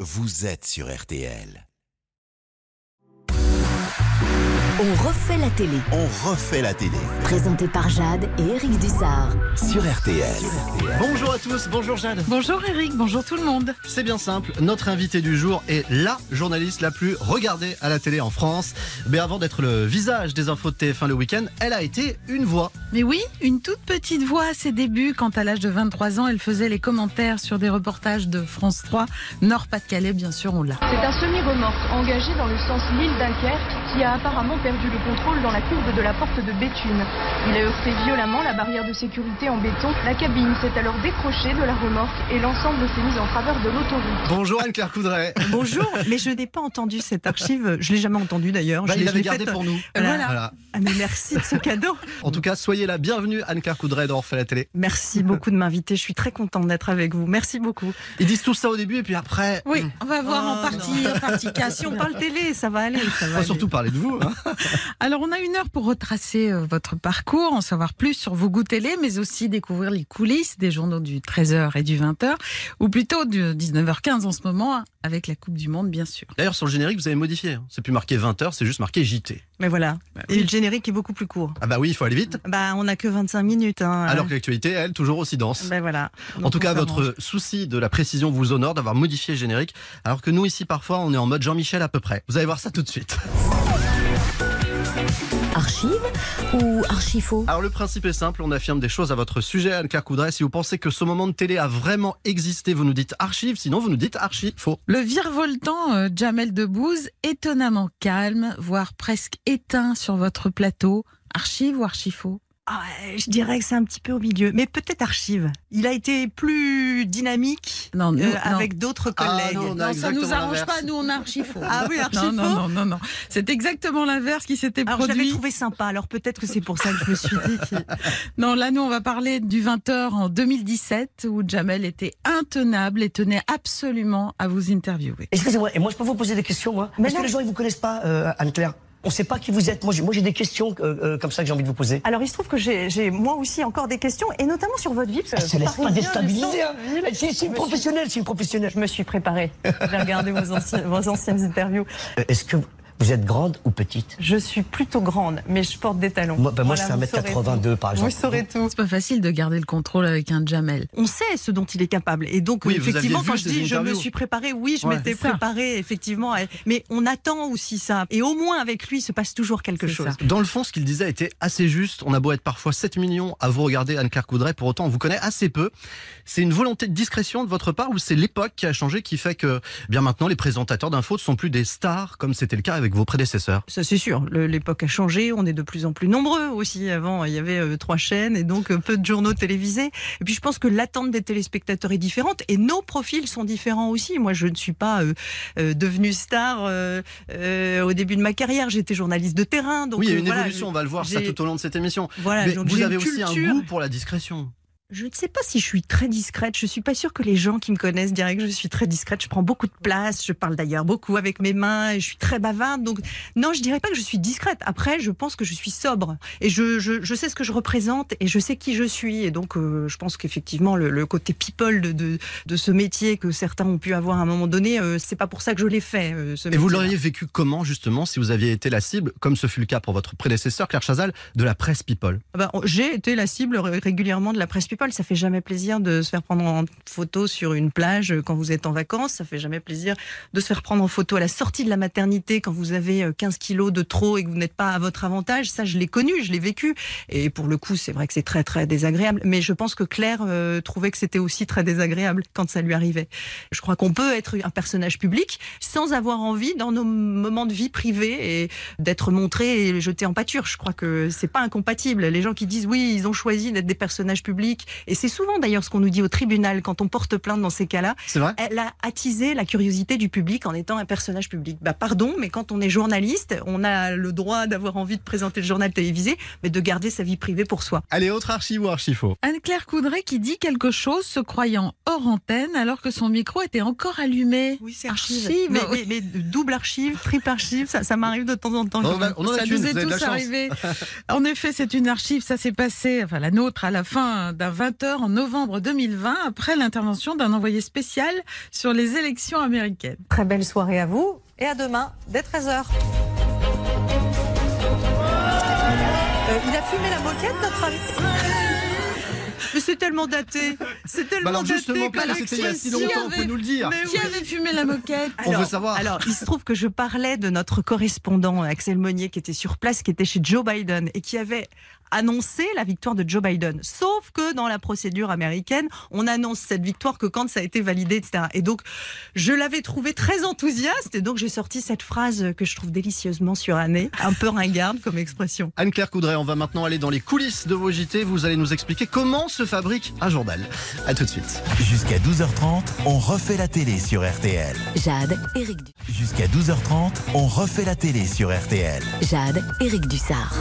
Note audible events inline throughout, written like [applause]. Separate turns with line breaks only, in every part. vous êtes sur RTL.
On refait la télé.
On refait la télé
Présenté par Jade et Eric Dussard.
sur RTL.
Bonjour à tous, bonjour Jade.
Bonjour Eric, bonjour tout le monde.
C'est bien simple, notre invité du jour est la journaliste la plus regardée à la télé en France. Mais avant d'être le visage des infos de TF1 le week-end, elle a été une voix.
Mais oui, une toute petite voix à ses débuts quand à l'âge de 23 ans, elle faisait les commentaires sur des reportages de France 3, Nord-Pas-de-Calais bien sûr, on l'a.
C'est un semi-remorque engagé dans le sens Lille-Dunkerque qui a apparemment perdu le contrôle dans la courbe de la porte de Béthune. Il a heurté violemment la barrière de sécurité en béton. La cabine s'est alors décrochée de la remorque et l'ensemble s'est mis en travers de l'autoroute.
Bonjour Anne-Claire Coudray.
Bonjour, mais je n'ai pas entendu cette archive. Je l'ai jamais entendue d'ailleurs.
Bah,
je
il
l'ai- je
l'avait
l'ai
gardé
faite-
pour nous.
Voilà.
Voilà.
Ah, mais merci de ce cadeau.
En tout cas, soyez la bienvenue Anne-Claire Coudray dans Refait la télé.
Merci beaucoup de m'inviter. Je suis très contente d'être avec vous. Merci beaucoup.
Ils disent tout ça au début et puis après,
Oui, on va voir en
Oh,
partie, en partie
Ah,
casse.
si [laughs] on parle télé, ça va aller. Ça va
on va
aller.
surtout parler de vous. hein.
Alors on a une heure pour retracer euh, votre parcours, en savoir plus sur vos goûts télé, mais aussi découvrir les coulisses des journaux du 13h et du 20h, ou plutôt du 19h15 en ce moment, hein, avec la Coupe du Monde bien sûr.
D'ailleurs, sur le générique, vous avez modifié. hein. C'est plus marqué 20h, c'est juste marqué JT.
Mais voilà.
Bah
Et le générique est beaucoup plus court.
Ah bah oui, il faut aller vite.
Bah, on n'a que 25 minutes. hein.
Alors que l'actualité, elle, toujours aussi dense.
Ben voilà.
en
Donc,
tout
on
cas,
s'arrange.
votre souci de la précision vous honore d'avoir modifié le générique, alors que nous, ici, parfois, on est en mode Jean-Michel à peu près. Vous allez voir ça tout de suite.
Archive ou archifaux
[laughs] Alors, le principe est simple, on affirme des choses à votre sujet, Anne-Claire Coudray. Si vous pensez que ce moment de télé a vraiment existé, vous nous dites archive, sinon vous nous dites archi faux.
Le virevoltant euh, Jamel Debbouze, étonnamment calme, voire presque éteint sur votre plateau, archive ou archifaux
Ah, je dirais que c'est un petit peu au milieu, mais peut-être archive. Il a été plus dynamique
Non, nous-
euh,
non.
avec d'autres collègues.
Ah, non, on a
Non, ça nous
exactement
arrange
l'inverse.
pas, nous on a archifaux.
[laughs] Ah oui,
Non,
archive.
non, non, non, non. C'est exactement l'inverse qui s'était
Alors, je l'avais
produit.
trouvé sympa. Alors, peut-être que c'est pour ça que je me suis dit. qu'il-
Non, là, nous, on va parler du 20h en 2017, où Jamel était intenable et tenait absolument à vous interviewer.
Excusez-moi, et moi je peux vous poser des questions, moi
Mais
Parce
non.
que les gens ils vous connaissent pas, euh, Anne-Claire. On sait pas qui vous êtes. Moi j'ai moi, j'ai des questions euh, euh, comme ça que j'ai envie de vous poser.
Alors, il se trouve que j'ai j'ai moi aussi encore des questions, et notamment sur votre vie. parce que
Elle se
vous
Ah, laisse pas
parlez Ah, bien
déstabiliser.
du
hein.
centre-ville.
C'est c'est
Je
une
me
professionnelle, c'est une professionnelle.
suis- Je me suis préparée. J'ai regardé vos, anci- vos anciennes interviews.
Euh, Est-ce que vous êtes grande ou petite
Je suis plutôt grande, mais je porte des talons.
Moi, ben, moi,
Voilà,
je
vous
fais
saurez
1m82 par
tout.
exemple.
Vous saurez tout.
C'est pas facile de garder le contrôle avec un Jamel.
On sait ce dont il est capable. Et donc,
Oui, vous
effectivement,
aviez vu
quand je
ces
dis je me
interviews.
suis préparée, oui, je
Ouais,
m'étais
c'est ça.
préparée, effectivement. Et- Mais on attend aussi ça. Et au moins, avec lui, il se passe toujours quelque
C'est
chose.
ça.
Dans le fond, ce qu'il disait était assez juste. On a beau être parfois 7 millions à vous regarder, Anne-Claire Coudray, pour autant on vous connaît assez peu. C'est une volonté de discrétion de votre part ou c'est l'époque qui a changé qui fait que bien maintenant les présentateurs d'infos ne sont plus des stars comme c'était le cas avec vos prédécesseurs
Ça, c'est sûr. Le- L'époque a changé. On est de plus en plus nombreux aussi. Avant, il y avait euh, trois chaînes et donc euh, peu de journaux télévisés. Et puis, je pense que l'attente des téléspectateurs est différente et nos profils sont différents aussi. Moi, je ne suis pas euh, euh, devenue star euh, euh, au début de ma carrière. J'étais journaliste de terrain. Donc,
Oui, il y a
euh,
une
voilà,
évolution, on va le voir ça
j'ai-
tout au long de cette émission.
je- Voilà,
Mais
donc
vous
j'ai
avez
une
aussi un
culture.
goût pour la discrétion.
Je ne sais pas si je suis très discrète. Je suis pas sûre que les gens qui me connaissent diraient que je suis très discrète. Je prends beaucoup de place. Je parle d'ailleurs beaucoup avec mes mains. Et je suis très bavarde. Donc non, je dirais pas que je suis discrète. Après, je pense que je suis sobre et je, je, je sais ce que je représente et je sais qui je suis. Et donc euh, je pense qu'effectivement le, le côté people de, de de ce métier que certains ont pu avoir à un moment donné, euh, c'est pas pour ça que je l'ai fait. euh, ce
Et vous
métier-là.
l'auriez vécu comment justement si vous aviez été la cible, comme ce fut le cas pour votre prédécesseur Claire Chazal, de la presse People
Ah bah, J'ai été la cible ré- régulièrement de la presse people. Ça fait jamais plaisir de se faire prendre en photo sur une plage euh, quand vous êtes en vacances. Ça fait jamais plaisir de se faire prendre en photo à la sortie de la maternité quand vous avez euh, 15 kilos de trop et que vous n'êtes pas à votre avantage. Ça, je l'ai connu, je l'ai vécu. Et pour le coup, c'est vrai que c'est très, très désagréable. Mais je pense que Claire euh, trouvait que c'était aussi très désagréable quand ça lui arrivait. Je crois qu'on peut être un personnage public sans avoir envie dans nos moments de vie privés et, d'être montré et jeté en pâture. Je crois que c'est pas incompatible. Les gens qui disent oui, ils ont choisi d'être des personnages publics, et c'est souvent d'ailleurs ce qu'on nous dit au tribunal quand on porte plainte dans ces cas-là.
C'est vrai
Elle a attisé la curiosité du public en étant un personnage public. Bah pardon, mais quand on est journaliste, on a le droit d'avoir envie de présenter le journal télévisé, mais de garder sa vie privée pour soi.
Allez, autre archive ou archifaux
Anne-Claire Coudray qui dit quelque chose se croyant hors antenne alors que son micro était encore allumé.
Oui, c'est
archive.
Mais, mais- mais double archive, triple archive, ça, ça m'arrive de temps en temps.
On a- on en a
ça
qu'une,
nous
vous
est [laughs]
avez de la
tous
chance.
arrivé. En effet, c'est une archive, ça s'est passé, enfin la nôtre, à la fin d'un 20h en novembre 2020 après l'intervention d'un envoyé spécial sur les élections américaines.
Très belle soirée à vous et à demain dès 13h. il a fumé la moquette, notre ami.
Mais c'est tellement daté. C'est tellement
Bah alors
daté.
justement,
que
parce que c'était il y a si
Alexis
longtemps, vous
avait-
pouvez nous le dire.
Mais qui avait fumé la moquette
On veut savoir.
Alors, il se trouve que je parlais de notre correspondant Axel Meunier qui était sur place, qui était chez Joe Biden et qui avait annoncé la victoire de Joe Biden. Sauf que dans la procédure américaine, on annonce cette victoire que quand ça a été validé, etc. Et donc, je l'avais trouvé très enthousiaste et donc j'ai sorti cette phrase que je trouve délicieusement surannée, un peu ringarde comme expression.
Anne-Claire Coudray, on va maintenant aller dans les coulisses de vos JT. Vous allez nous expliquer comment se fabrique un journal. À tout de suite.
Jusqu'à 12h30, on refait la télé sur RTL.
Jade, Éric Du-
Jusqu'à 12h30, on refait la télé sur RTL.
Jade, Éric Dussard.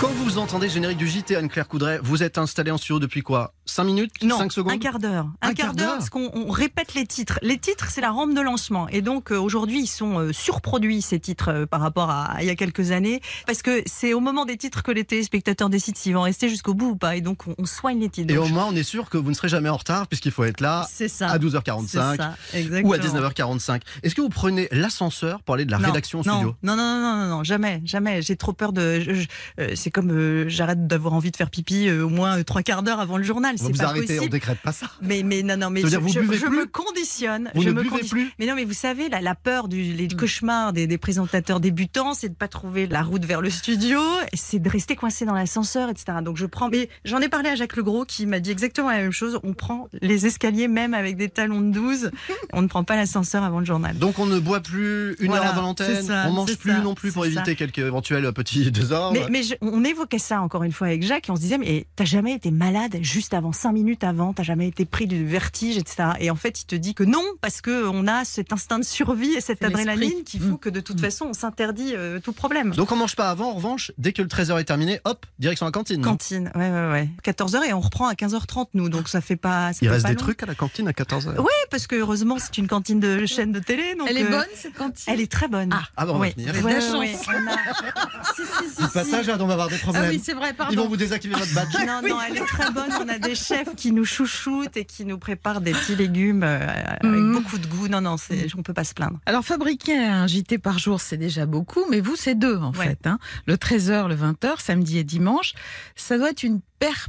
Quand vous entendez le générique du JT, Anne-Claire Coudray, vous êtes installée en studio depuis quoi 5 minutes
Non,
5 secondes
un quart d'heure. Un,
Un quart
quart
d'heure
d'heure, parce qu'on on répète les titres. Les titres, c'est la rampe de lancement. Et donc, euh, aujourd'hui, ils sont euh, surproduits, ces titres, euh, par rapport à, à il y a quelques années. Parce que c'est au moment des titres que les téléspectateurs décident s'ils vont rester jusqu'au bout ou pas. Et donc, on, on soigne les titres.
Et
Donc,
au moins, on est sûr que vous ne serez jamais en retard puisqu'il faut être là
c'est ça.
à
c'est
12h45
ça, exactement.
ou à 19h45. Est-ce que vous prenez l'ascenseur pour aller de la
Non,
rédaction au
non,
studio
Non, non, non, non, non, jamais, jamais. J'ai trop peur de. je- je- euh, c'est comme euh, j'arrête d'avoir envie de faire pipi euh, au moins euh, trois quarts d'heure avant le journal.
Vous
C'est
vous
pas
arrêtez, on
possible.
décrète pas ça.
Mais, mais non, non, mais
Ça veut dire
je,
vous
je-
buvez
je
plus
me conditionne.
Vous
je
ne
me
buvez
conditionne.
plus
Mais non, mais vous savez, la, la peur du
Mm.
les cauchemars des, des présentateurs débutants, c'est de pas trouver la route vers le studio, et c'est de rester coincé dans l'ascenseur, etc. Donc je prends. Mais j'en ai parlé à Jacques Legros qui m'a dit exactement la même chose. On prend les escaliers même avec des talons de 12. On ne prend pas l'ascenseur avant le journal.
Donc on ne boit plus une
Voilà,
heure avant
c'est
l'antenne,
ça,
on mange
c'est
plus
ça,
non plus pour
c'est ça.
éviter quelques éventuels petits [laughs] désordres.
Mais, mais je- on évoquait ça encore une fois avec Jacques et on se disait mais t'as jamais été malade juste avant cinq minutes avant t'as jamais été pris du vertige etc et en fait il te dit que non parce que on a cet instinct de survie et cette
C'est l'esprit.
adrénaline qui font
Mm.
que de toute
Mm.
façon on s'interdit euh, tout problème
Donc on mange pas avant, en revanche, dès que le 13h est terminé, hop, direction la cantine. non
cantine ouais ouais ouais 14h et on reprend à 15h30 nous donc ça fait pas ça
Il
fait
reste
pas
des
long.
trucs à la cantine à 14h.
Ouais. parce que heureusement c'est une cantine de chaîne de télé donc
Elle est
euh,
bonne cette cantine
elle est très bonne
Ah,
Ah bon, on va
Ouais.
finir. [laughs]
Vous avez de la chance.
on a- [laughs] si, si, si,
Dites
si.
pas ça, Jade, on va avoir des
Ah
problèmes.
oui, c'est vrai,
Ils vont
pardon.
vous désactiver votre badge.
[laughs] Non, non, elle est très bonne. On a des chefs qui nous chouchoutent et qui nous préparent des petits légumes euh, avec
Mhm.
beaucoup de goût. Non, non, c'est,
Mm.
on peut pas se plaindre.
Alors fabriquer un JT par jour, c'est déjà beaucoup, mais vous, c'est deux en
Ouais.
fait. hein. Le 13h, le 20h, samedi et dimanche, ça doit être une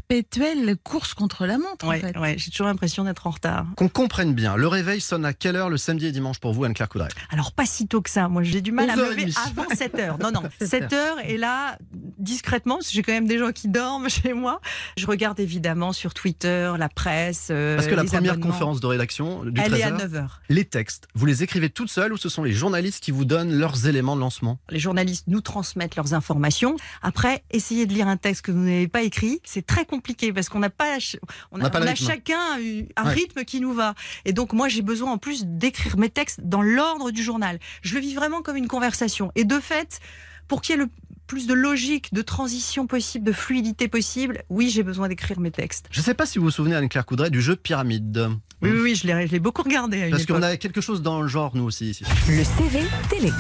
perpétuelle course contre la montre
Ouais,
en fait.
ouais, j'ai toujours l'impression d'être en retard.
Qu'on comprenne bien, le réveil sonne à quelle heure le samedi et dimanche pour vous, Anne-Claire Coudray
Alors, pas si tôt que ça. Moi, j'ai du mal à me lever
11h30.
avant 7 heures. Non,
[laughs]
non,
7
7 heures. Et là, discrètement, parce que j'ai quand même des gens qui dorment [laughs] chez moi, je regarde évidemment sur Twitter, la presse. euh,
Parce que la
les
première
abonnements.
conférence de rédaction du
Elle est à
13h,
9 heures.
les textes, vous les écrivez toutes seules ou ce sont les journalistes qui vous donnent leurs éléments de lancement
Les journalistes nous transmettent leurs informations. Après, essayez de lire un texte que vous n'avez pas écrit. C'est très compliqué parce qu'on n'a pas, ch- on
On n'a
a,
pas le
on a
rythme.
chacun eu un
Ouais.
rythme qui nous va. Et donc, moi, j'ai besoin en plus d'écrire mes textes dans l'ordre du journal. Je le vis vraiment comme une conversation. Et de fait, pour qu'il y ait le plus de logique, de transition possible, de fluidité possible, oui, j'ai besoin d'écrire mes textes.
Je ne sais pas si vous vous souvenez, Anne-Claire Coudray, du jeu Pyramide.
Oui, oui, oui, je l'ai je l'ai beaucoup regardé. à une
Parce qu'on
époque.
a quelque chose dans le genre, nous aussi, ici.
Le CV télé.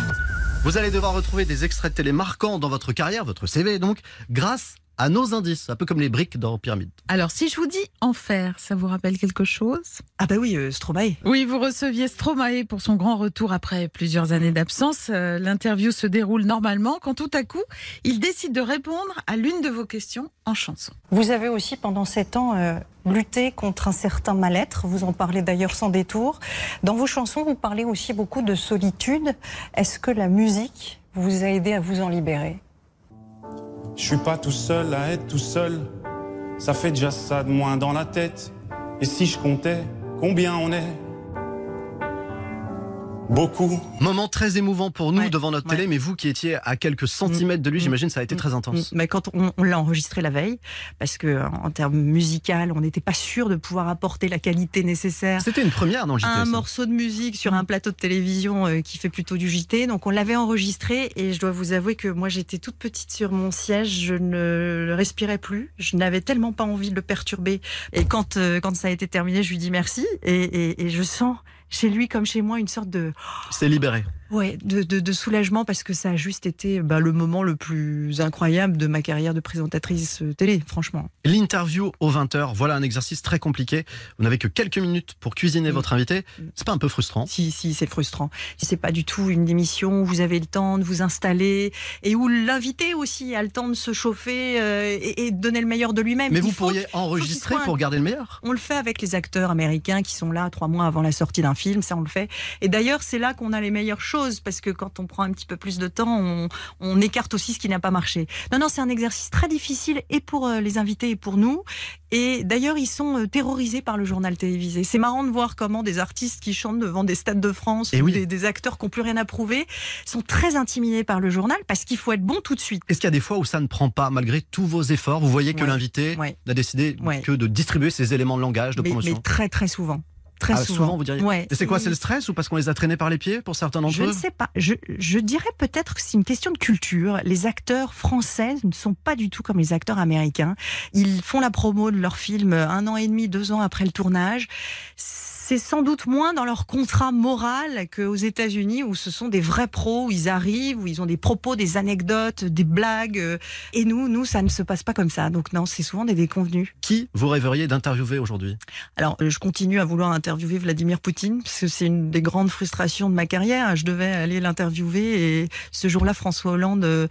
Vous allez devoir retrouver des extraits de télé marquants dans votre carrière, votre CV donc, grâce à nos indices, un peu comme les briques dans Pyramide.
Alors si je vous dis enfer, ça vous rappelle quelque chose
Ah bah oui, euh, Stromae.
Oui, vous receviez Stromae pour son grand retour après plusieurs années d'absence. Euh, L'interview se déroule normalement quand tout à coup, il décide de répondre à l'une de vos questions en chanson.
Vous avez aussi pendant sept ans euh, lutté contre un certain mal-être. Vous en parlez d'ailleurs sans détour. Dans vos chansons, vous parlez aussi beaucoup de solitude. Est-ce que la musique vous a aidé à vous en libérer
Je suis pas tout seul à être tout seul. Ça fait déjà ça de moins dans la tête. Et si je comptais combien on est Beaucoup.
Moment très émouvant pour nous
Ouais,
devant notre
ouais.
télé, mais vous qui étiez à quelques centimètres de lui,
Mm,
j'imagine ça a été
mm,
très intense.
Mm, Mais quand on, on l'a enregistré la veille, parce que euh, en termes musical, on n'était pas sûr de pouvoir apporter la qualité nécessaire.
C'était une première dans le JT.
à Un
ça.
morceau de musique sur un plateau de télévision euh, qui fait plutôt du JT, donc on l'avait enregistré et je dois vous avouer que moi j'étais toute petite sur mon siège, je ne respirais plus, je n'avais tellement pas envie de le perturber. Et quand euh, quand ça a été terminé, je lui dis merci et, et- et je sens chez lui comme chez moi une sorte de
C'est libéré.
Ouais, de, de- de soulagement parce que ça a juste été bah, le moment le plus incroyable de ma carrière de présentatrice euh, télé, franchement.
L'interview aux 20h, voilà un exercice très compliqué. Vous n'avez que quelques minutes pour cuisiner
Mm.
votre invité. C'est pas un peu frustrant
Si, si, c'est frustrant. Si c'est pas du tout une émission où vous avez le temps de vous installer et où l'invité aussi a le temps de se chauffer euh, et, et de donner le meilleur de lui-même.
Mais
Il
vous
faut
pourriez enregistrer
soit un-
pour garder le meilleur.
On le fait avec les acteurs américains qui sont là trois mois avant la sortie d'un film, ça on le fait. Et d'ailleurs, c'est là qu'on a les meilleures choses parce que quand on prend un petit peu plus de temps, on, on écarte aussi ce qui n'a pas marché. Non, non, c'est un exercice très difficile et pour euh, les invités et pour nous. Et d'ailleurs, ils sont euh, terrorisés par le journal télévisé. C'est marrant de voir comment des artistes qui chantent devant des stades de France
Eh
ou
oui.
des, des acteurs qui n'ont plus rien à prouver sont très intimidés par le journal parce qu'il faut être bon tout de suite.
Est-ce qu'il y a des fois où ça ne prend pas malgré tous vos efforts Vous voyez que
Ouais.
l'invité
Ouais.
n'a décidé
Ouais.
que de distribuer ses éléments de langage, de
Mais, mais
promotion.
très, très souvent. Très
Ah,
souvent.
vous diriez.
Ouais.
Et c'est quoi
Oui.
C'est le stress ou parce qu'on les a traînés par les pieds pour certains d'entre
Je ne
eux
sais pas. Je, je dirais peut-être que c'est une question de culture. Les acteurs français ne sont pas du tout comme les acteurs américains. Ils font la promo de leur film euh, un an et demi, deux ans après le tournage. C'est sans doute moins dans leur contrat moral qu'aux États-Unis où ce sont des vrais pros, où ils arrivent, où ils ont des propos, des anecdotes, des blagues. euh, Et nous, nous, ça ne se passe pas comme ça. Donc non, c'est souvent des déconvenus.
Qui vous rêveriez d'interviewer aujourd'hui
Alors, euh, je continue à vouloir interviewer Vladimir Poutine, parce que c'est une des grandes frustrations de ma carrière. Je devais aller l'interviewer et ce jour-là, François Hollande euh,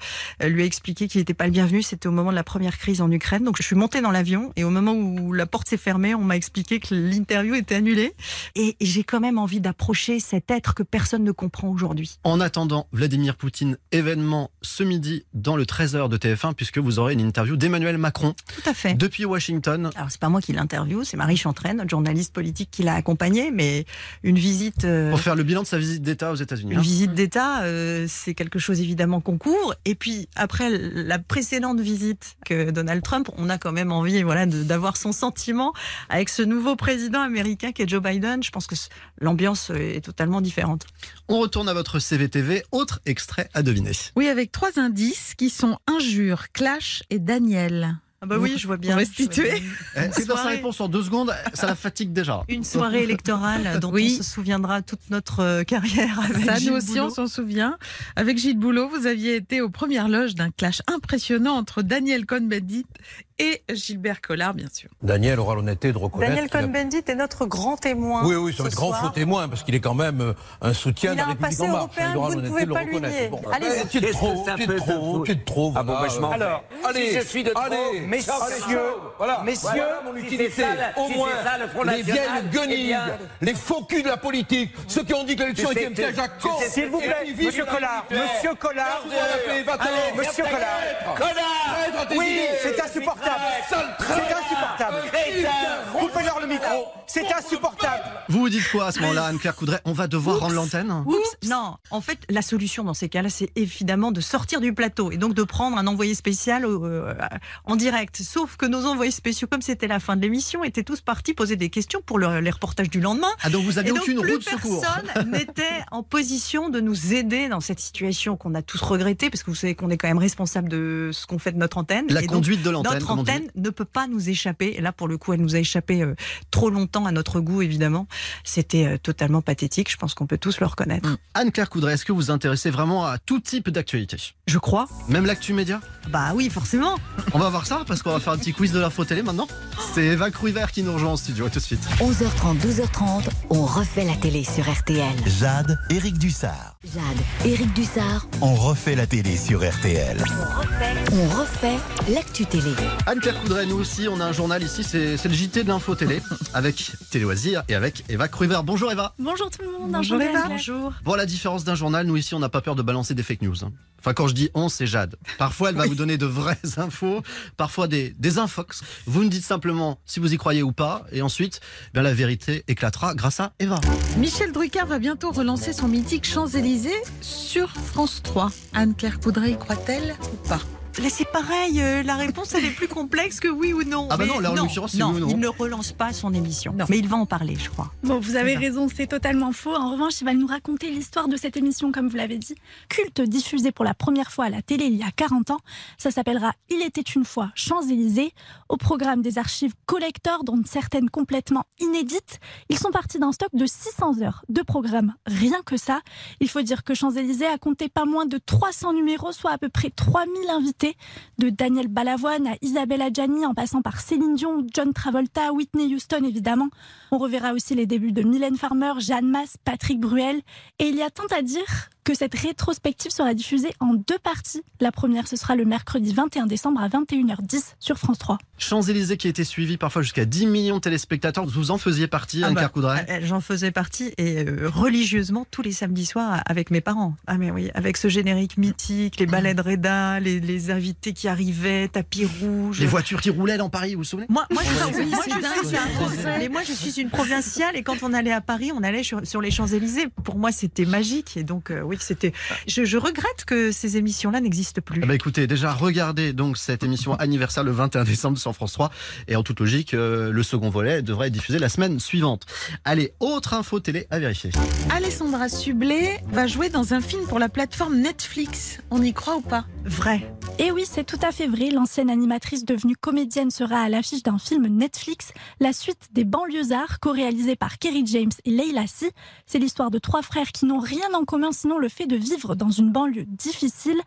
lui a expliqué qu'il n'était pas le bienvenu. C'était au moment de la première crise en Ukraine. Donc, je suis montée dans l'avion et au moment où la porte s'est fermée, on m'a expliqué que l'interview était annulée. Et j'ai quand même envie d'approcher cet être que personne ne comprend aujourd'hui.
En attendant, Vladimir Poutine, événement ce midi dans le 13h de TF1, puisque vous aurez une interview d'Emmanuel Macron
Tout à fait.
depuis Washington.
Alors, c'est pas moi qui l'interviewe, c'est Marie Chantraine, notre journaliste politique qui l'a accompagnée, mais une visite. euh,
Pour faire le bilan de sa visite d'État aux États-Unis.
Une visite d'État, euh, c'est quelque chose évidemment qu'on court. Et puis après la précédente visite que Donald Trump, on a quand même envie, voilà, de- d'avoir son sentiment avec ce nouveau président américain qui est Joe Biden. Je pense que c- l'ambiance est totalement différente.
On retourne à votre CVTV, autre extrait à deviner.
Oui, avec trois indices qui sont injure, clash et Daniel.
Ah bah oui, je vois bien.
On restitue.
Eh, C'est dans sa
soirée.
réponse en deux secondes, ça la fatigue déjà.
Une soirée électorale dont
Oui.
on se souviendra toute notre euh, carrière. Avec
Ça,
Gilles
nous aussi,
Boulot.
on s'en souvient. Avec Gilles Boulot, vous aviez été aux premières loges d'un clash impressionnant entre Daniel Cohn-Bendit et Gilbert Collard, bien sûr.
Daniel aura l'honnêteté de reconnaître.
Daniel
qu'il a-
Cohn-Bendit est notre grand témoin.
Oui, oui, ça va
ce
être grand
soir.
faux témoin, parce qu'il est quand même euh, un soutien
Il
de
a
la
un
République
passé
en marche.
européen
il aura
que vous ne
l'honnêteté de
pouvez
le
pas lui
reconnaître.
nier. Allez-y.
eh, tu te trop, tu te trop, tu te trop.
Ah bon,
voilà.
bah, je m'en vais. Alors,
allez,
si je suis de trop,
allez,
messieurs,
ça, c'est ça. voilà,
messieurs,
voilà mon
si
utilité.
c'est ça, la-
au
si
moins,
c'est ça, le Front
les vieilles
National, eh
guenilles,
bien-
les faux culs de la politique, ceux qui ont dit que l'élection
Tu sais,
était un piège à
tu
con.
sais, s'il vous
et
plaît,
qui vivent
monsieur
dans
Collard,
l'univers.
monsieur Collard,
Laisse-moi la paix, va-t'en.
allez, monsieur
Viens
Collard.
peut-être.
Collard.
Traître à tes
Oui,
idées.
c'est insupportable.
Un sale traître.
C'est insupportable. hein.
Un fils d'un
Coupez-leur le micro.
Oh,
C'est insupportable.
[laughs] Vous vous dites quoi à ce moment-là, Anne-Claire Coudray On va devoir rendre l'antenne
Oups, non, en fait, la solution dans ces cas-là, c'est évidemment de sortir du plateau et donc de prendre un envoyé spécial euh, en direct. Sauf que nos envoyés spéciaux, comme c'était la fin de l'émission, étaient tous partis poser des questions pour le- les reportages du lendemain.
Ah donc vous
Et
aviez
donc,
aucune
plus
roue de secours [laughs]
personne n'était en position de nous aider dans cette situation qu'on a tous regrettée, parce que vous savez qu'on est quand même responsable de ce qu'on fait de notre antenne.
La
Et donc,
conduite de l'antenne,
notre
comme on dit.
antenne ne peut pas nous échapper. Et là, pour le coup, elle nous a échappé euh, trop longtemps à notre goût, évidemment. C'était euh, totalement pathétique. Je pense qu'on peut tous le reconnaître.
Anne-Claire Coudray, est-ce que vous vous intéressez vraiment à tout type d'actualité
Je crois.
Même l'actu média
Bah oui, forcément.
On va voir ça parce qu'on va faire un petit quiz de l'info télé maintenant. C'est Eva Cruyver qui nous rejoint en studio. À tout de suite.
11h30, 12h30, on refait la télé sur RTL.
Jade, Éric Dussard.
Jade, Éric Dussard,
On refait la télé sur RTL.
on refait l'actu télé.
Anne-Claire Coudray, nous aussi, on a un journal ici, c'est c'est le JT de l'info télé avec Télé Loisirs et avec Eva Cruyver. Bonjour Eva.
Bonjour tout le monde.
Bonjour,
Angela,
Eva.
Angela.
Bonjour.
Bon, à la différence d'un journal, nous ici, on n'a pas peur de balancer des fake news. hein. Enfin, quand je dis on, c'est Jade. Parfois, elle va vous donner de vraies [laughs] infos, parfois des, des infox. Vous nous dites simplement si vous y croyez ou pas, et ensuite, eh bien, la vérité éclatera grâce à Eva.
Michel Drucker va bientôt relancer son mythique Champs-Élysées sur France 3. Anne-Claire Coudray y croit-elle ou pas
Là, c'est pareil. euh, la réponse, elle est plus complexe que oui ou non.
Ah bah
Mais
non, là, en l'occurrence, c'est
non,
oui ou non.
Il ne relance pas son émission. Mais il va en parler, je crois.
Bon, vous avez raison, c'est totalement faux. En revanche, il va nous raconter l'histoire de cette émission, comme vous l'avez dit. Culte diffusé pour la première fois à la télé il y a 40 ans. Ça s'appellera Il était une fois Champs-Élysées. Au programme des archives collector, dont certaines complètement inédites, ils sont partis d'un stock de 600 heures de programme. Rien que ça. Il faut dire que Champs-Élysées a compté pas moins de 300 numéros, soit à peu près 3000 invités, de Daniel Balavoine à Isabelle Adjani, en passant par Céline Dion, John Travolta, Whitney Houston évidemment. On reverra aussi les débuts de Mylène Farmer, Jeanne Masse, Patrick Bruel. Et il y a tant à dire que cette rétrospective sera diffusée en deux parties. La première, ce sera le mercredi 21 décembre à 21h10 sur France 3.
Champs-Élysées qui a été suivi parfois jusqu'à 10 millions de téléspectateurs. Vous en faisiez partie,
Ah
Anne
bah,
Carcoudray
euh, J'en faisais partie et euh, religieusement tous les samedis soirs avec mes parents. Ah mais oui, avec ce générique mythique, les ballets de Reda, les, les invités qui arrivaient, tapis rouge.
Les voitures qui roulaient dans Paris, vous vous souvenez
Moi, moi, je,
Ouais.
suis- moi, je
C'est dingue,
suis, un
c'est
Français.
dingue.
Mais moi, je suis une provinciale et quand on allait à Paris, on allait sur, sur les Champs-Élysées. Pour moi, c'était magique et donc euh, oui, c'était. Je, je regrette que ces émissions-là n'existent plus.
Eh ben, écoutez, déjà regardez donc cette émission anniversaire le 21 décembre sur France 3 et en toute logique euh, le second volet devrait être diffusé la semaine suivante. Allez, autre info télé à vérifier.
Alessandra Sublet va jouer dans un film pour la plateforme Netflix. On y croit ou pas
Vrai.
Et Eh oui, c'est tout à fait vrai. L'ancienne animatrice devenue comédienne sera à l'affiche d'un film Netflix, la suite des banlieusards, co-réalisé par Kerry James et Leila Si. C'est l'histoire de trois frères qui n'ont rien en commun sinon le fait de vivre dans une banlieue difficile.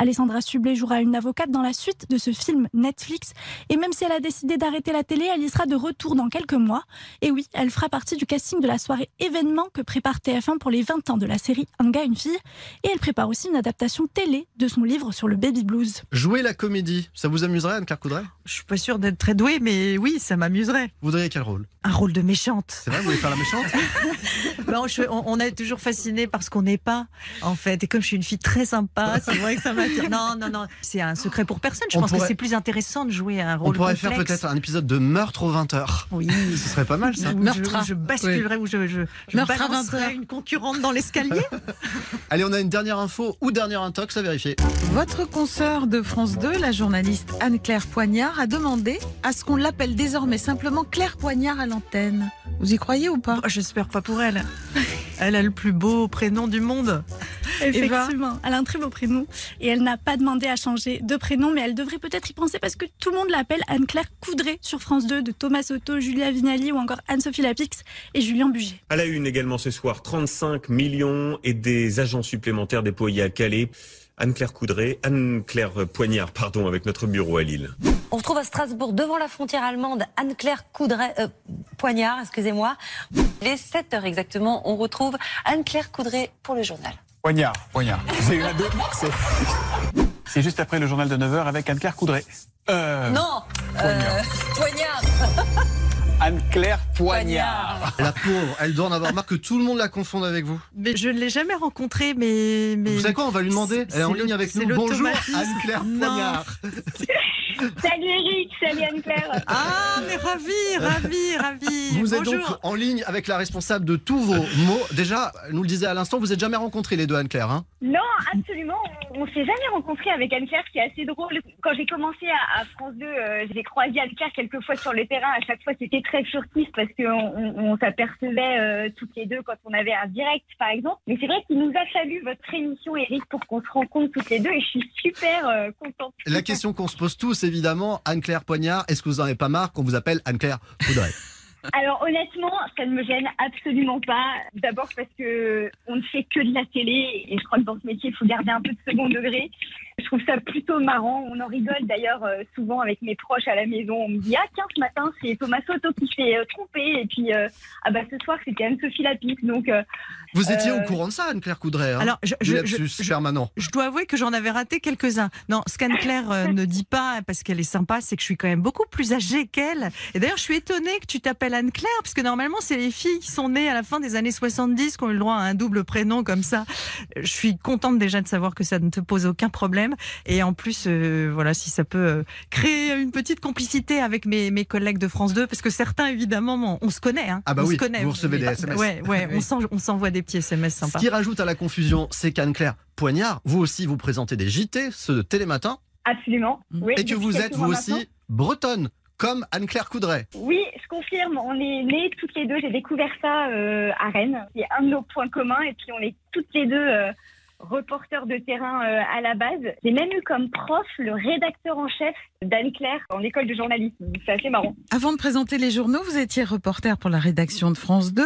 Alessandra Sublet jouera une avocate dans la suite de ce film Netflix. Et même si elle a décidé d'arrêter la télé, elle y sera de retour dans quelques mois. Et oui, elle fera partie du casting de la soirée événement que prépare TF1 pour les 20 ans de la série Un gars, une fille. Et elle prépare aussi une adaptation télé de son livre sur le baby blues.
Jouer la comédie, ça vous amuserait Anne Claire Coudray
Je suis pas sûre d'être très douée, mais oui, ça m'amuserait.
Vous voudriez quel rôle
Un rôle de méchante.
C'est vrai, vous voulez faire la méchante
Ben, je- on, on est toujours fasciné par ce qu'on n'est pas, en fait. Et comme je suis une fille très sympa, c'est vrai que ça m'attire. Non, non, non, c'est un secret pour personne. Je
On
pense
pourrait-
que c'est plus intéressant de jouer un
On
rôle
pourrait faire
complexe.
peut-être un épisode de meurtre aux 20h.
Oui.
Ce serait pas mal ça.
Où je, je basculerais, où je, je, je
Meurtre à
balancerais
20.
une concurrente dans l'escalier.
Allez, on a une dernière info ou dernière intox à vérifier.
Votre consoeur de France 2, la journaliste Anne-Claire Poignard, a demandé à ce qu'on l'appelle désormais simplement Claire Poignard à l'antenne. Vous y croyez ou pas
Oh, J'espère pas pour elle. Elle a le plus beau prénom du monde.
Effectivement, elle a un très beau prénom et elle n'a pas demandé à changer de prénom, mais elle devrait peut-être y penser parce que tout le monde l'appelle Anne-Claire Coudray sur France 2, de Thomas Soto, Julia Vignali ou encore Anne-Sophie Lapix et Julien Buget.
À la une également ce soir, 35 millions et des agents supplémentaires déployés à Calais. Anne-Claire Coudray, Anne-Claire Poignard, pardon, avec notre bureau à Lille.
On se trouve à Strasbourg, devant la frontière allemande, Anne-Claire Coudray, euh, Poignard, excusez-moi. Les 7 heures exactement, on retrouve Anne-Claire Coudray pour le journal.
Poignard, poignard. [laughs] J'ai eu un doute. c'est- C'est [laughs] juste après le journal de 9h avec Anne-Claire Coudray. Euh,
Non euh, Poignard
Anne-Claire Poignard.
Ah, La pauvre, elle doit en avoir marre que tout le monde la confonde avec vous.
Mais je ne l'ai jamais rencontrée, mais, mais.
Vous savez quoi, on va lui demander. Elle est en
c'est
ligne
le-
avec
c'est
nous. Bonjour,
l'automatisme.
Anne-Claire
Non.
Poignard.
[laughs] Salut Eric, salut Anne-Claire.
Ah, mais ravi, ravi, ravi.
Vous êtes
Bonjour.
donc en ligne avec la responsable de tous vos mots. Déjà, elle nous le disait à l'instant, vous n'êtes jamais rencontrés les deux, Anne-Claire. hein
Non, absolument. On s'est jamais rencontrés avec Anne-Claire, c'est assez drôle. Quand j'ai commencé à, à France 2, euh, j'ai croisé Anne-Claire quelques fois sur le terrain. À chaque fois, c'était très furtif parce qu'on on, on s'apercevait euh, toutes les deux quand on avait un direct, par exemple. Mais c'est vrai qu'il nous a fallu votre émission, Eric, pour qu'on se rencontre toutes les deux et je suis super euh, contente.
La question qu'on se pose tous, évidemment, Anne-Claire Poignard, est-ce que vous n'en avez pas marre qu'on vous appelle Anne-Claire Coudray
Alors honnêtement, ça ne me gêne absolument pas. D'abord parce que on ne fait que de la télé et je crois que dans ce métier, il faut garder un peu de second degré. Je trouve ça plutôt marrant. On en rigole d'ailleurs euh, souvent avec mes proches à la maison. On me dit ah tiens ce matin c'est Thomas Soto qui s'est euh, trompé et puis euh, ah bah ce soir c'était Anne-Sophie Lapic. Donc euh,
Vous étiez
euh,
au courant de ça, Anne-Claire Coudray hein
Alors, je-
Du
je-
lapsus
je-
permanent.
Je dois avouer que j'en avais raté quelques-uns. Non, ce qu'Anne-Claire euh, ne dit pas, parce qu'elle est sympa, c'est que je suis quand même beaucoup plus âgée qu'elle. Et d'ailleurs, je suis étonnée que tu t'appelles Anne-Claire, parce que normalement, c'est les filles qui sont nées à la fin des années 70 qui ont eu le droit à un double prénom comme ça. Euh, Je suis contente déjà de savoir que ça ne te pose aucun problème. Et en plus, euh, voilà, si ça peut euh, créer une petite complicité avec mes, mes collègues de France 2, parce que certains, évidemment, on, on se connaît. hein.
Ah bah
on
oui,
se connaît.
vous recevez des SMS.
Ouais,
[laughs]
ouais, on s'en- on s'envoie des petits SMS
Ce
sympas.
qui rajoute à la confusion, c'est qu'Anne-Claire Poignard, vous aussi, vous présentez des JT, ceux de Télématin.
Absolument. Oui,
Mm. Et que
depuis
vous
quelques
êtes,
mois
vous
maintenant.
aussi, bretonne, comme Anne-Claire Coudray.
Oui, je confirme, on est nées toutes les deux. J'ai découvert ça euh, à Rennes. C'est un de nos points communs. Et puis, on est toutes les deux euh, reporters de terrain euh, à la base. J'ai même eu comme prof le rédacteur en chef d'Anne-Claire en école de journalisme. C'est assez marrant.
Avant de présenter les journaux, vous étiez reporter pour la rédaction de France 2.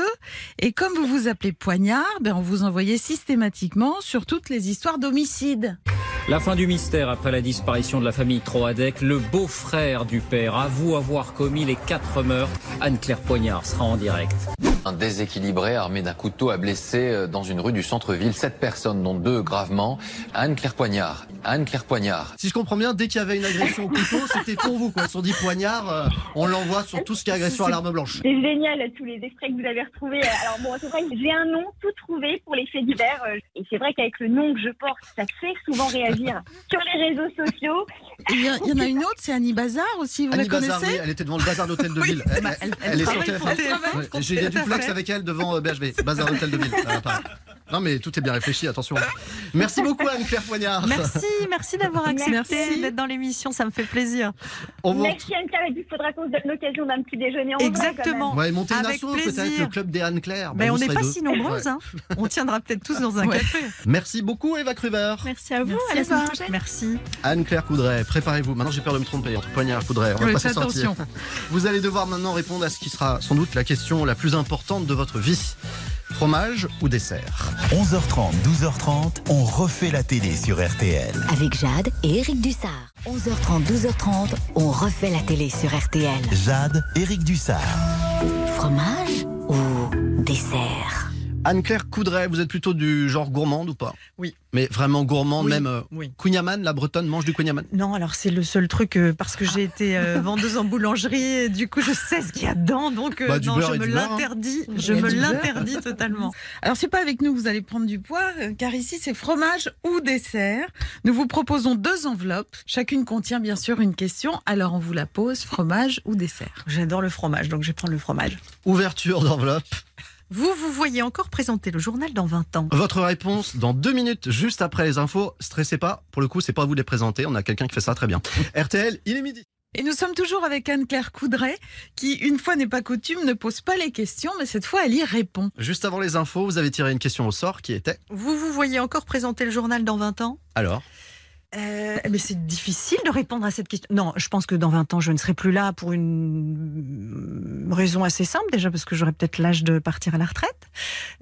Et comme vous vous appelez Poignard, ben on vous envoyait systématiquement sur toutes les histoires d'homicides.
La fin du mystère après la disparition de la famille Troadec, le beau-frère du père avoue avoir commis les quatre meurtres. Anne-Claire Poignard sera en direct.
Un déséquilibré armé d'un couteau a blessé euh, dans une rue du centre-ville sept personnes, dont deux gravement. Anne-Claire Poignard. Anne-Claire Poignard.
Si je comprends bien, dès qu'il y avait une agression au couteau, c'était pour vous. Quoi. Ils se sont dit poignard, euh, on l'envoie sur tout ce qui est agression à l'arme blanche.
C'est génial tous les extraits que vous avez retrouvés. Alors bon, c'est vrai que j'ai un nom tout trouvé pour les faits divers. euh, Et c'est vrai qu'avec le nom que je porte, ça fait souvent réagir
[laughs]
sur les réseaux sociaux.
Il y, a- il y en a une autre, c'est Annie Bazar aussi, vous
Annie
la
Bazar,
connaissez
oui, elle était devant le bazar d'hôtel de
Oui,
ville.
bah, elle- elle
est sur
travaille pour
téléphone.
TF1.
Ouais, J'ai des duplex avec elle devant euh, BHV, bazar d'hôtel de ville. Ah, pardon. non, mais tout est bien réfléchi, attention. Merci beaucoup, Anne-Claire Poignard.
Merci, merci d'avoir accepté
Merci.
d'être dans l'émission, ça me fait plaisir.
On vous
Merci Anne-Claire, et puis il faudra qu'on se donne l'occasion d'un petit déjeuner en vrai,
Exactement.
quand même.
Ouais, monter une
Avec
asso, peut-être
plaisir.
le club des
Ben,
Anne-Claire.
Mais
Bah,
on
vous
n'est
serez
pas
deux.
si nombreuses,
Ouais.
hein. on tiendra peut-être tous dans un
Ouais.
café.
hein.
Merci beaucoup, Eva Kruber.
Merci à vous,
Merci
à la
à
semaine
vous.
prochaine.
Merci.
Anne-Claire Coudray, préparez-vous. Maintenant, j'ai peur de me tromper. Entre poignard et Coudray, on va
Oui,
pas s'en
faites
sortir.
attention.
Vous allez devoir maintenant répondre à ce qui sera sans doute la question la plus importante de votre vie. Fromage ou dessert
11h30, 12h30, on refait la télé sur RTL.
Avec Jade et Eric Dussard. 11h30, 12h30, on refait la télé sur RTL.
Jade, Eric Dussard.
Fromage ou dessert
Anne-Claire Coudray, vous êtes plutôt du genre gourmande ou pas
Oui.
Mais vraiment gourmand,
Oui,
même euh,
oui.
Kouniaman, la bretonne, mange du Kouniaman
Non, alors c'est le seul truc euh, parce que j'ai été euh, vendeuse en boulangerie et du coup je sais ce qu'il y a dedans donc euh,
Bah, du
non,
beurre
je
et
me
du beurre, hein.
l'interdis, je
Il y a
me
du beurre.
l'interdis totalement.
Alors, c'est pas avec nous que vous allez prendre du poids, euh, car ici, c'est fromage ou dessert. Nous vous proposons deux enveloppes. Chacune contient bien sûr une question. Alors, on vous la pose fromage ou dessert
J'adore le fromage, donc je vais prendre le fromage.
Ouverture d'enveloppe.
Vous, vous voyez encore présenter le journal dans 20 ans.
Votre réponse dans deux minutes, juste après les infos. Stressez pas, pour le coup, c'est pas à vous de les présenter. On a quelqu'un qui fait ça très
[laughs]
bien. RTL, il est midi.
Et nous sommes toujours avec Anne-Claire Coudray, qui, une fois n'est pas coutume, ne pose pas les questions, mais cette fois, elle y répond.
Juste avant les infos, vous avez tiré une question au sort qui était
Vous, vous voyez encore présenter le journal dans 20 ans
alors
Euh, mais c'est difficile de répondre à cette question. Non, je pense que dans 20 ans, je ne serai plus là pour une euh, raison assez simple déjà, parce que j'aurai peut-être l'âge de partir à la retraite,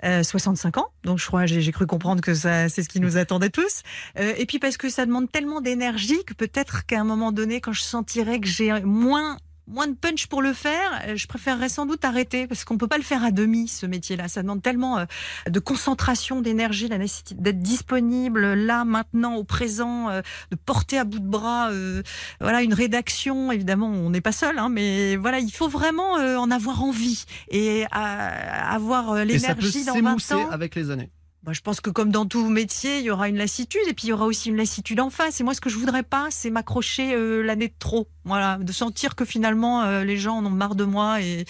Euh, 65 ans. Donc je crois, j'ai j'ai cru comprendre que ça, c'est ce qui nous attendait tous. Euh, et puis parce que ça demande tellement d'énergie que peut-être qu'à un moment donné, quand je sentirai que j'ai moins moins de punch pour le faire, euh, je préférerais sans doute arrêter parce qu'on peut pas le faire à demi ce métier-là. Ça demande tellement euh, de concentration, d'énergie, la nécessité d'être disponible là, maintenant, au présent, euh, de porter à bout de bras, euh, voilà, une rédaction. Évidemment, on n'est pas seul, hein, mais voilà, il faut vraiment euh, en avoir envie et à- avoir euh,
Et ça peut
l'énergie dans 20
s'émousser
ans.
avec les années.
Bah, je pense que comme dans tout métier, il y aura une lassitude et puis il y aura aussi une lassitude en face. Et moi, ce que je voudrais pas, c'est m'accrocher euh, l'année de trop. Voilà, de sentir que finalement euh, les gens en ont marre de moi et,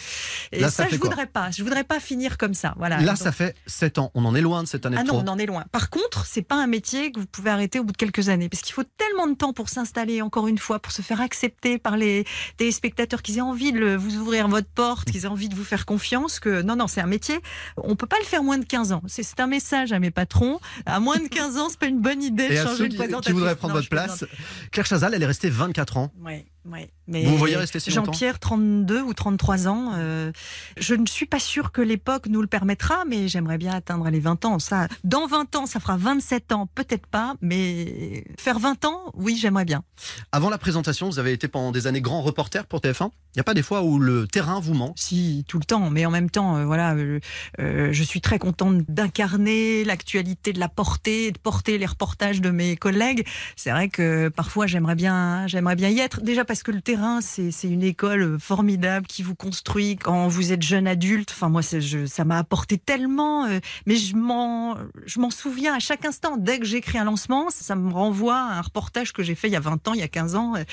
et
Là, ça
ça,
fait
je
quoi
voudrais pas. Je voudrais pas finir comme ça. Voilà.
Là,
Donc-
ça fait 7 ans. On en est loin de cette année
Bah, ah
de
non,
trop.
on en est loin. Par contre, c'est pas un métier que vous pouvez arrêter au bout de quelques années, parce qu'il faut tellement de temps pour s'installer, encore une fois, pour se faire accepter par les téléspectateurs, qu'ils aient envie de le- vous ouvrir votre porte, qu'ils aient envie de vous faire confiance. Que non, non, c'est un métier. On peut pas le faire moins de 15 ans. C'est c'est un message à mes patrons. À moins de 15 ans, c'est pas une bonne idée
Et
de
à
changer
ceux
de
qui,
présentation.
qui voudraient prendre
Non,
votre
je plaisante.
place, Claire Chazal, elle est restée 24 ans.
Ouais, ouais. Mais
Vous me voyez rester si longtemps
Jean-Pierre, 32 ou 33 ans. euh, je ne suis pas sûre que l'époque nous le permettra, mais j'aimerais bien atteindre les 20 ans. Ça, dans 20 ans, ça fera 27 ans, peut-être pas, mais faire 20 ans, oui, j'aimerais bien.
Avant la présentation, vous avez été pendant des années grand reporter pour TF1. Il n'y a pas des fois où le terrain vous ment
Si, tout le temps. Mais en même temps, euh, voilà, euh, euh, je suis très contente d'incarner l'actualité, de la porter, de porter les reportages de mes collègues. C'est vrai que parfois, j'aimerais bien, j'aimerais bien y être. Déjà parce que le terrain, c'est c'est une école formidable qui vous construit quand vous êtes jeune adulte. Enfin, moi, c'est- je- ça m'a apporté tellement. euh, mais je m'en, je m'en souviens à chaque instant. Dès que j'écris un lancement, ça me renvoie à un reportage que j'ai fait il y a 20 ans, il y a 15 ans. euh,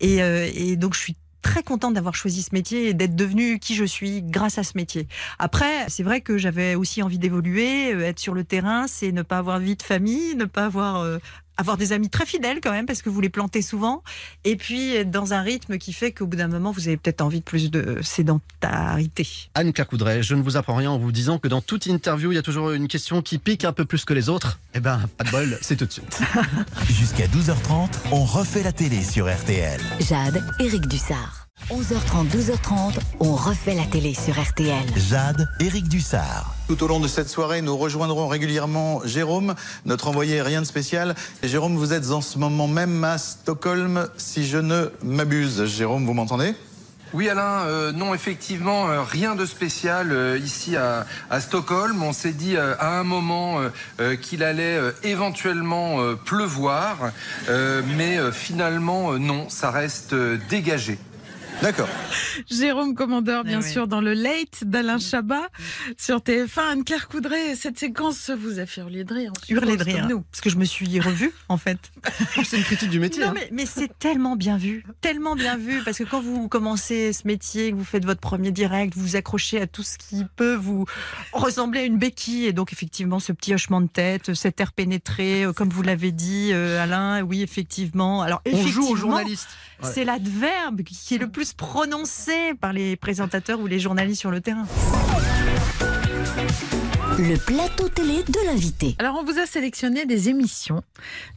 Et, euh, et donc, je suis très contente d'avoir choisi ce métier et d'être devenue qui je suis grâce à ce métier. Après, c'est vrai que j'avais aussi envie d'évoluer, euh, être sur le terrain, c'est ne pas avoir vie de famille, ne pas avoir euh, avoir des amis très fidèles quand même, parce que vous les plantez souvent, et puis être dans un rythme qui fait qu'au bout d'un moment, vous avez peut-être envie de plus de sédentarité.
Anne Clacoudray, je ne vous apprends rien en vous disant que dans toute interview, il y a toujours une question qui pique un peu plus que les autres. Eh ben, pas de bol, c'est tout de
[laughs]
suite.
Jusqu'à 12h30, on refait la télé sur RTL.
Jade, Éric Dussard. 11h30, 12h30, on refait la télé sur RTL.
Jade, Éric Dussard.
Tout au long de cette soirée, nous rejoindrons régulièrement Jérôme, notre envoyé rien de spécial. Et Jérôme, vous êtes en ce moment même à Stockholm, si je ne m'abuse. Jérôme, vous m'entendez
Oui Alain, euh, non effectivement euh, rien de spécial euh, ici à, à Stockholm. On s'est dit euh, à un moment euh, euh, qu'il allait euh, éventuellement euh, pleuvoir, Euh, mais euh, finalement euh, non, ça reste euh, dégagé.
D'accord.
Jérôme Commandeur,
Eh
bien sûr, dans le Late
Mm.
d'Alain Chabat sur TF1. Anne-Claire Coudray, cette séquence vous a fait hurler de rire.
Hurler de rire.
Nous.
Parce que je me suis revue, en fait.
c'est hein. une critique du métier.
Non, mais, mais c'est tellement bien vu. Tellement bien vu. Parce que quand vous commencez ce métier, que vous faites votre premier direct, vous vous accrochez à tout ce qui peut vous ressembler à une béquille. Et donc, effectivement, ce petit hochement de tête, cet air pénétré, euh, comme vous l'avez dit, euh, Alain, oui, effectivement. Alors,
On joue aux
effectivement,
journalistes. Ouais.
C'est l'adverbe qui est le plus prononcé par les présentateurs ou les journalistes sur le terrain.
Le plateau télé de l'invité.
Alors, on vous a sélectionné des émissions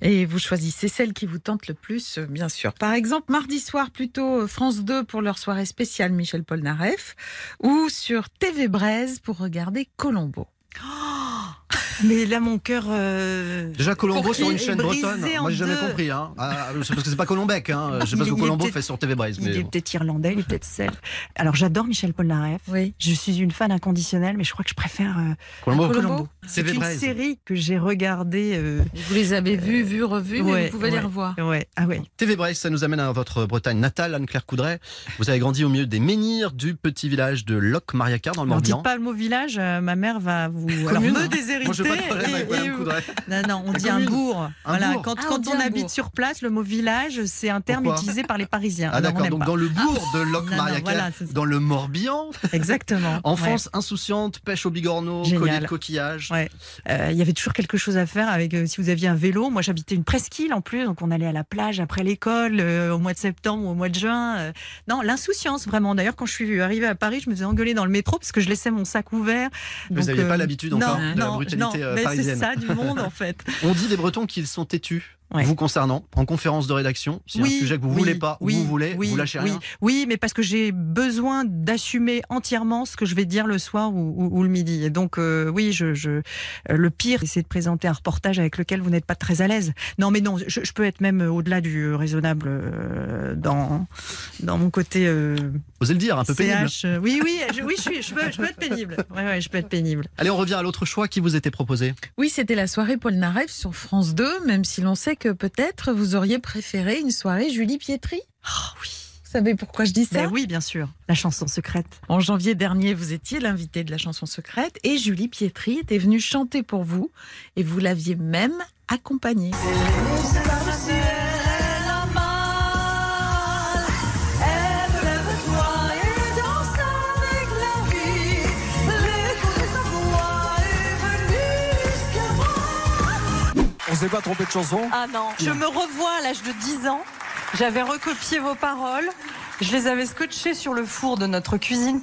et vous choisissez celle qui vous tente le plus, euh, bien sûr. Par exemple, mardi soir, plutôt euh, France 2 pour leur soirée spéciale Michel Polnareff ou sur TV Braise pour regarder Colombo.
Oh
Mais là, mon cœur. euh,
Déjà, Colombo sur
est-
une
est
chaîne
brisé
bretonne.
en
Moi, j'ai jamais
deux.
compris. Hein. Ah, c'est parce que c'est pas Colombec. Hein. Je sais pas
Il
ce que
est- il est
Colombo
peut-être-
fait sur TV Braise.
Il
Mais
est
bon.
peut-être irlandais, il est peut-être self. Alors j'adore Michel Polnareff. Je suis une fan inconditionnelle, mais je crois que je préfère euh,
Columbo.
Columbo. C'est
TV
une
Braise.
série que j'ai regardée. euh,
Vous les avez vus, vus, revus, mais
ouais,
vous pouvez les
ouais,
revoir.
Ouais. Ah ouais.
TV Braise, ça nous amène à votre Bretagne natale, Anne-Claire Coudray. Vous avez grandi au milieu des menhirs du petit village de Loc Mariacar dans le
Ne
Morbihan.
dites pas le mot village, euh, ma mère va vous alors,
Commune, hein.
me déshériter.
Moi, j'ai pas de problème
et-
avec
et
Madame
vous-
Coudray.
Non, non, on
La
dit
commune.
un bourg.
Un
voilà,
bourg.
quand,
Ah, on
quand
dit
on,
un bourg.
habite sur place, le mot village, c'est un terme
Pourquoi
utilisé par les Parisiens.
Ah
Alors, on
d'accord,
n'aime
donc
pas. Ah,
dans le bourg de Loc
non,
Mariacar,
voilà, c'est ça.
dans le Morbihan.
Exactement.
En
ouais.
France, insouciante, pêche au bigorneau,
Génial.
collier de coquillage.
Ouais. Euh, il y avait toujours quelque chose à faire avec euh, si vous aviez un vélo. Moi, j'habitais une presqu'île en plus, donc on allait à la plage après l'école euh, au mois de septembre ou au mois de juin. euh. non, l'insouciance vraiment. D'ailleurs, quand je suis arrivée à Paris, je me faisais engueuler dans le métro parce que je laissais mon sac ouvert.
Vous
Donc,
n'aviez
euh,
pas l'habitude
non,
encore de la
non,
brutalité
non,
euh,
mais
parisienne.
C'est ça du monde en fait.
On dit des Bretons qu'ils sont têtus. Vous concernant, en conférence de rédaction, c'est
Oui,
un sujet que vous
oui,
voulez pas,
oui,
vous voulez,
oui,
vous lâchez
oui,
rien.
Oui, mais parce que j'ai besoin d'assumer entièrement ce que je vais dire le soir ou, ou- ou le midi. Et donc, euh, oui, je, je- euh, le pire, c'est de présenter un reportage avec lequel vous n'êtes pas très à l'aise. Non, mais non, je, je peux être même au-delà du raisonnable euh, dans, dans mon côté. euh,
Osez le dire, un peu pénible.
CH. euh, Oui, oui, je, oui je, suis- je peux, je peux être pénible. Ouais, ouais, je peux être pénible.
Allez, on revient à l'autre choix qui vous était proposé.
Oui, c'était la soirée Paul Naref sur France 2, même si l'on sait que peut-être vous auriez préféré une soirée Julie Pietri. Vous savez pourquoi je dis ça
Mais Ben oui, bien sûr. La chanson secrète.
En janvier dernier, vous étiez l'invité de la chanson secrète et Julie Pietri était venue chanter pour vous et vous l'aviez même accompagnée.
On s'est pas trompé de chanson
Ah non, je me revois à l'âge de 10 ans. J'avais recopié vos paroles. Je les avais scotchées sur le four de notre cuisine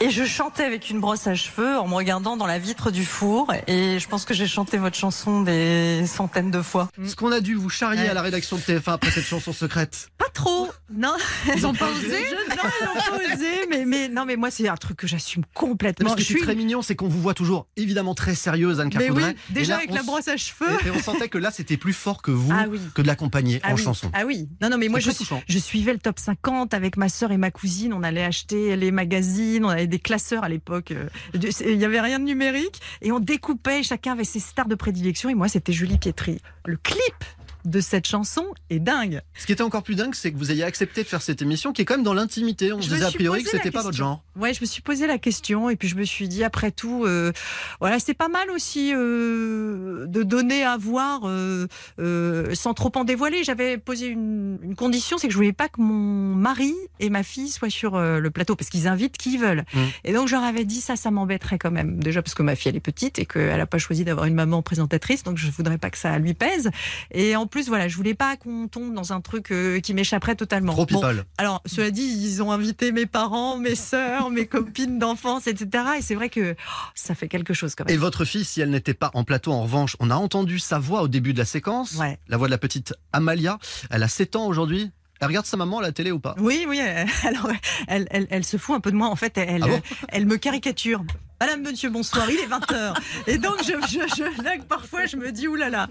et je chantais avec une brosse à cheveux en me regardant dans la vitre du four et je pense que j'ai chanté votre chanson des centaines de fois.
Mm.
Ce qu'on a dû vous charrier à la rédaction de TF1 après cette chanson secrète.
Pas trop, non.
Ils ont pas osé
Je- Non, ils ont pas osé, mais, mais non, mais moi c'est un truc que j'assume complètement.
ce qui
Je
est très mignon, c'est qu'on vous voit toujours évidemment très sérieuse, Anne
Mais oui,
Carpoudret. Et
déjà
là,
avec
on
la
s-
brosse à cheveux.
Et, et on sentait que là, c'était plus fort que vous,
Ah oui.
que de l'accompagner
Ah
en
oui.
chanson.
Ah oui. Non, non, mais moi
C'est
je,
très touchant.
je suivais le top 50 avec ma sœur et ma cousine. On allait acheter les magazines, on avait des classeurs à l'époque. euh, de- c'est- Il n'y avait rien de numérique. Et on découpait, chacun avait ses stars de prédilection. Et moi, c'était Julie Pietri. Le clip de cette chanson est dingue.
Ce qui était encore plus dingue, c'est que vous ayez accepté de faire cette émission qui est quand même dans l'intimité. On se
me
disait a
suis
priori
posé
que
la
c'était pas votre
question.
genre.
Ouais, je me suis posé la question et puis je me suis dit après tout, euh, voilà, c'est pas mal aussi euh, de donner à voir euh, euh, sans trop en dévoiler. J'avais posé une, une condition, c'est que je voulais pas que mon mari et ma fille soient sur euh, le plateau parce qu'ils invitent qui ils veulent.
Mm.
Et donc je leur avais dit ça, ça m'embêterait quand même. Déjà parce que ma fille elle est petite et qu'elle a pas choisi d'avoir une maman présentatrice, donc je voudrais pas que ça lui pèse. Et en plus, voilà, je voulais pas qu'on tombe dans un truc euh, qui m'échapperait totalement.
Trop people.
alors, cela dit, ils ont invité mes parents, mes sœurs, mes copines d'enfance, etc. Et c'est vrai que oh, ça fait quelque chose quand même.
Et votre fille, si elle n'était pas en plateau, en revanche, on a entendu sa voix au début de la séquence, la voix de la petite Amalia. Elle a 7 ans aujourd'hui. Elle regarde sa maman à la télé ou pas
Oui, oui. euh, [laughs] Alors, elle, elle, elle se fout un peu de moi. En fait, elle,
Ah bon
euh, elle me caricature. Madame, monsieur, bonsoir, il est 20h. Et donc, je, je, je lag parfois, je me dis, oulala.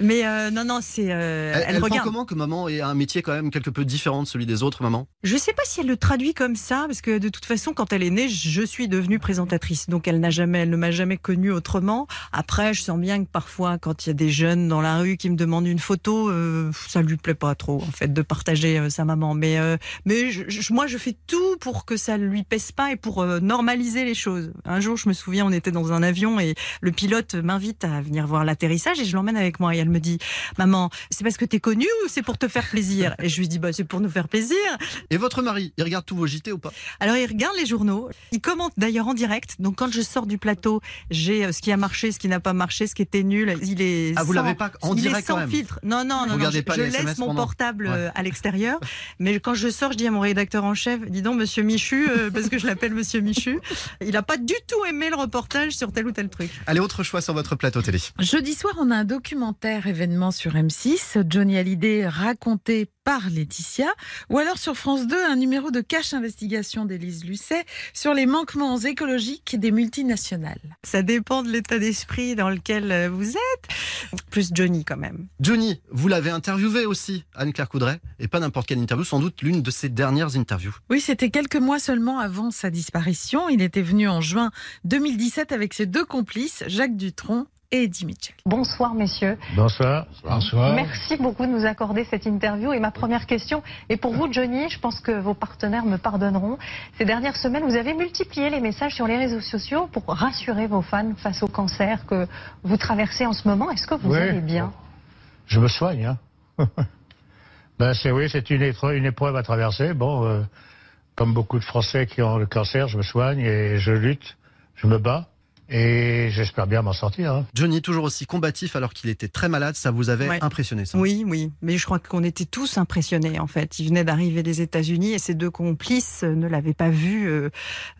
Mais euh, non, non, c'est. euh,
Elle,
elle,
elle prend
regarde.
comment que maman ait un métier quand même quelque peu différent de celui des autres mamans
Je sais pas si elle le traduit comme ça, parce que de toute façon, quand elle est née, je suis devenue présentatrice. Donc elle n'a jamais, elle ne m'a jamais connue autrement. Après, je sens bien que parfois, quand il y a des jeunes dans la rue qui me demandent une photo, euh, ça lui plaît pas trop, en fait, de partager euh, sa maman. Mais, euh, mais je- je- moi, je fais tout pour que ça lui pèse pas et pour euh, normaliser les choses. Un jour, je me souviens, on était dans un avion et le pilote m'invite à venir voir l'atterrissage et je l'emmène avec moi. Et elle me dit, maman, c'est parce que t'es connue ou c'est pour te faire plaisir Et je lui dis, bah, c'est pour nous faire plaisir.
Et votre mari, il regarde tous vos JT ou pas
Alors, il regarde les journaux. Il commente d'ailleurs en direct. Donc, quand je sors du plateau, j'ai euh, ce qui a marché, ce qui n'a pas marché, ce qui était nul. Il est
Ah, vous
sans-
l'avez pas en
il est
direct
sans
quand même.
filtre. Non, non,
Vous
non. non,
regardez
je
pas
je
les
laisse
SMS
mon
pendant.
portable
Ouais.
euh, à l'extérieur. Mais quand je sors, je dis à mon rédacteur en chef dis donc, monsieur Michu, euh, parce que je l'appelle monsieur Michu, il n'a pas du tout aimé le reportage sur tel ou tel truc.
Allez, autre choix sur votre plateau télé.
Jeudi soir, on a un documentaire événement sur M6, Johnny Hallyday raconté par Laetitia, ou alors sur France 2, un numéro de cache investigation d'Élise Lucet sur les manquements écologiques des multinationales.
Ça dépend de l'état d'esprit dans lequel euh, vous êtes. Plus Johnny, quand même.
Johnny, vous l'avez interviewé aussi, Anne-Claire Coudray, et pas n'importe quelle interview, sans doute l'une de ses dernières interviews.
Oui, c'était quelques mois seulement avant sa disparition. Il était venu en juin 2017 avec ses deux complices, Jacques Dutronc et Eddie Mitchell.
Bonsoir messieurs.
Bonsoir.
Merci beaucoup de nous accorder cette interview. Et ma première question est pour vous, Johnny. Je pense que vos partenaires me pardonneront. Ces dernières semaines, vous avez multiplié les messages sur les réseaux sociaux pour rassurer vos fans face au cancer que vous traversez en ce moment. Est-ce que vous
Oui.
allez bien
Je me soigne. Hein. [laughs] ben c'est oui, c'est une épreuve, une épreuve à traverser. Bon, euh, comme beaucoup de Français qui ont le cancer, je me soigne et je lutte, je me bats et j'espère bien m'en sortir. hein.
Johnny, toujours aussi combatif alors qu'il était très malade, ça vous avait
Ouais.
impressionné ça
Oui, oui. Mais je crois qu'on était tous impressionnés, en fait. Il venait d'arriver des États-Unis et ses deux complices euh, ne l'avaient pas vu euh,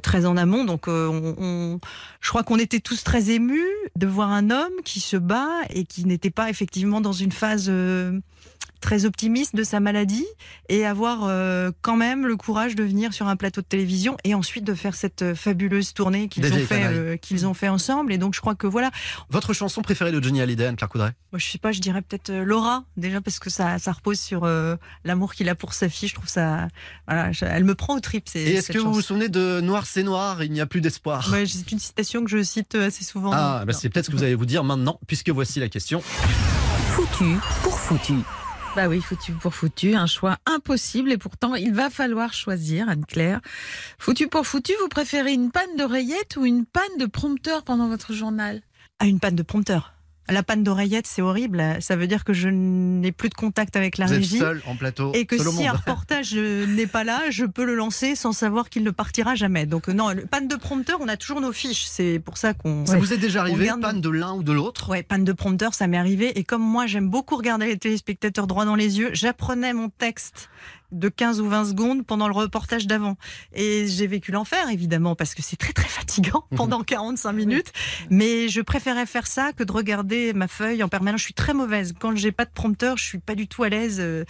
très en amont. Donc, euh, on, on- je crois qu'on était tous très émus de voir un homme qui se bat et qui n'était pas effectivement dans une phase euh, très optimiste de sa maladie et avoir euh, quand même le courage de venir sur un plateau de télévision et ensuite de faire cette euh, fabuleuse tournée qu'ils
Des
ont,
vieilles
fait,
Canaries.
euh, qu'ils ont fait ensemble. Et donc, je crois que voilà,
Votre chanson préférée de Johnny Hallyday, Anne-Claire Coudray
moi, je sais pas, je dirais peut-être euh, Laura, déjà parce que ça, ça repose sur euh, l'amour qu'il a pour sa fille. Je trouve ça. Voilà, je- elle me prend au trip.
Et est-ce que vous vous souvenez de Noir c'est noir, il n'y a plus d'espoir
C'est une citation que je cite euh, assez souvent.
Ah, bah c'est peut-être ce que vous allez vous dire maintenant, puisque voici la question.
Foutu pour foutu. Bah oui, foutu pour foutu, un choix impossible et pourtant il va falloir choisir, Anne-Claire. Foutu pour foutu, vous préférez une panne d'oreillette ou une panne de prompteur pendant votre journal
euh, À une panne de prompteur. La panne d'oreillette, c'est horrible. Ça veut dire que je n'ai plus de contact avec la
vous êtes
régie.
seul en plateau.
Et que
seul au
si un
monde.
reportage euh, n'est pas là, je peux le lancer sans savoir qu'il ne partira jamais. Donc euh, non, le- panne de prompteur, on a toujours nos fiches. C'est pour ça qu'on.
Ça vous est déjà
on
arrivé,
garde
panne de l'un ou de l'autre
Ouais, panne de prompteur, ça m'est arrivé. Et comme moi, j'aime beaucoup regarder les téléspectateurs droit dans les yeux, j'apprenais mon texte de 15 ou 20 secondes pendant le reportage d'avant. Et j'ai vécu l'enfer, évidemment, parce que c'est très, très fatigant
Mhm.
pendant 45 minutes. Mais je préférais faire ça que de regarder ma feuille en permanence. Je suis très mauvaise. Quand j'ai pas de prompteur, je suis pas du tout à l'aise. euh,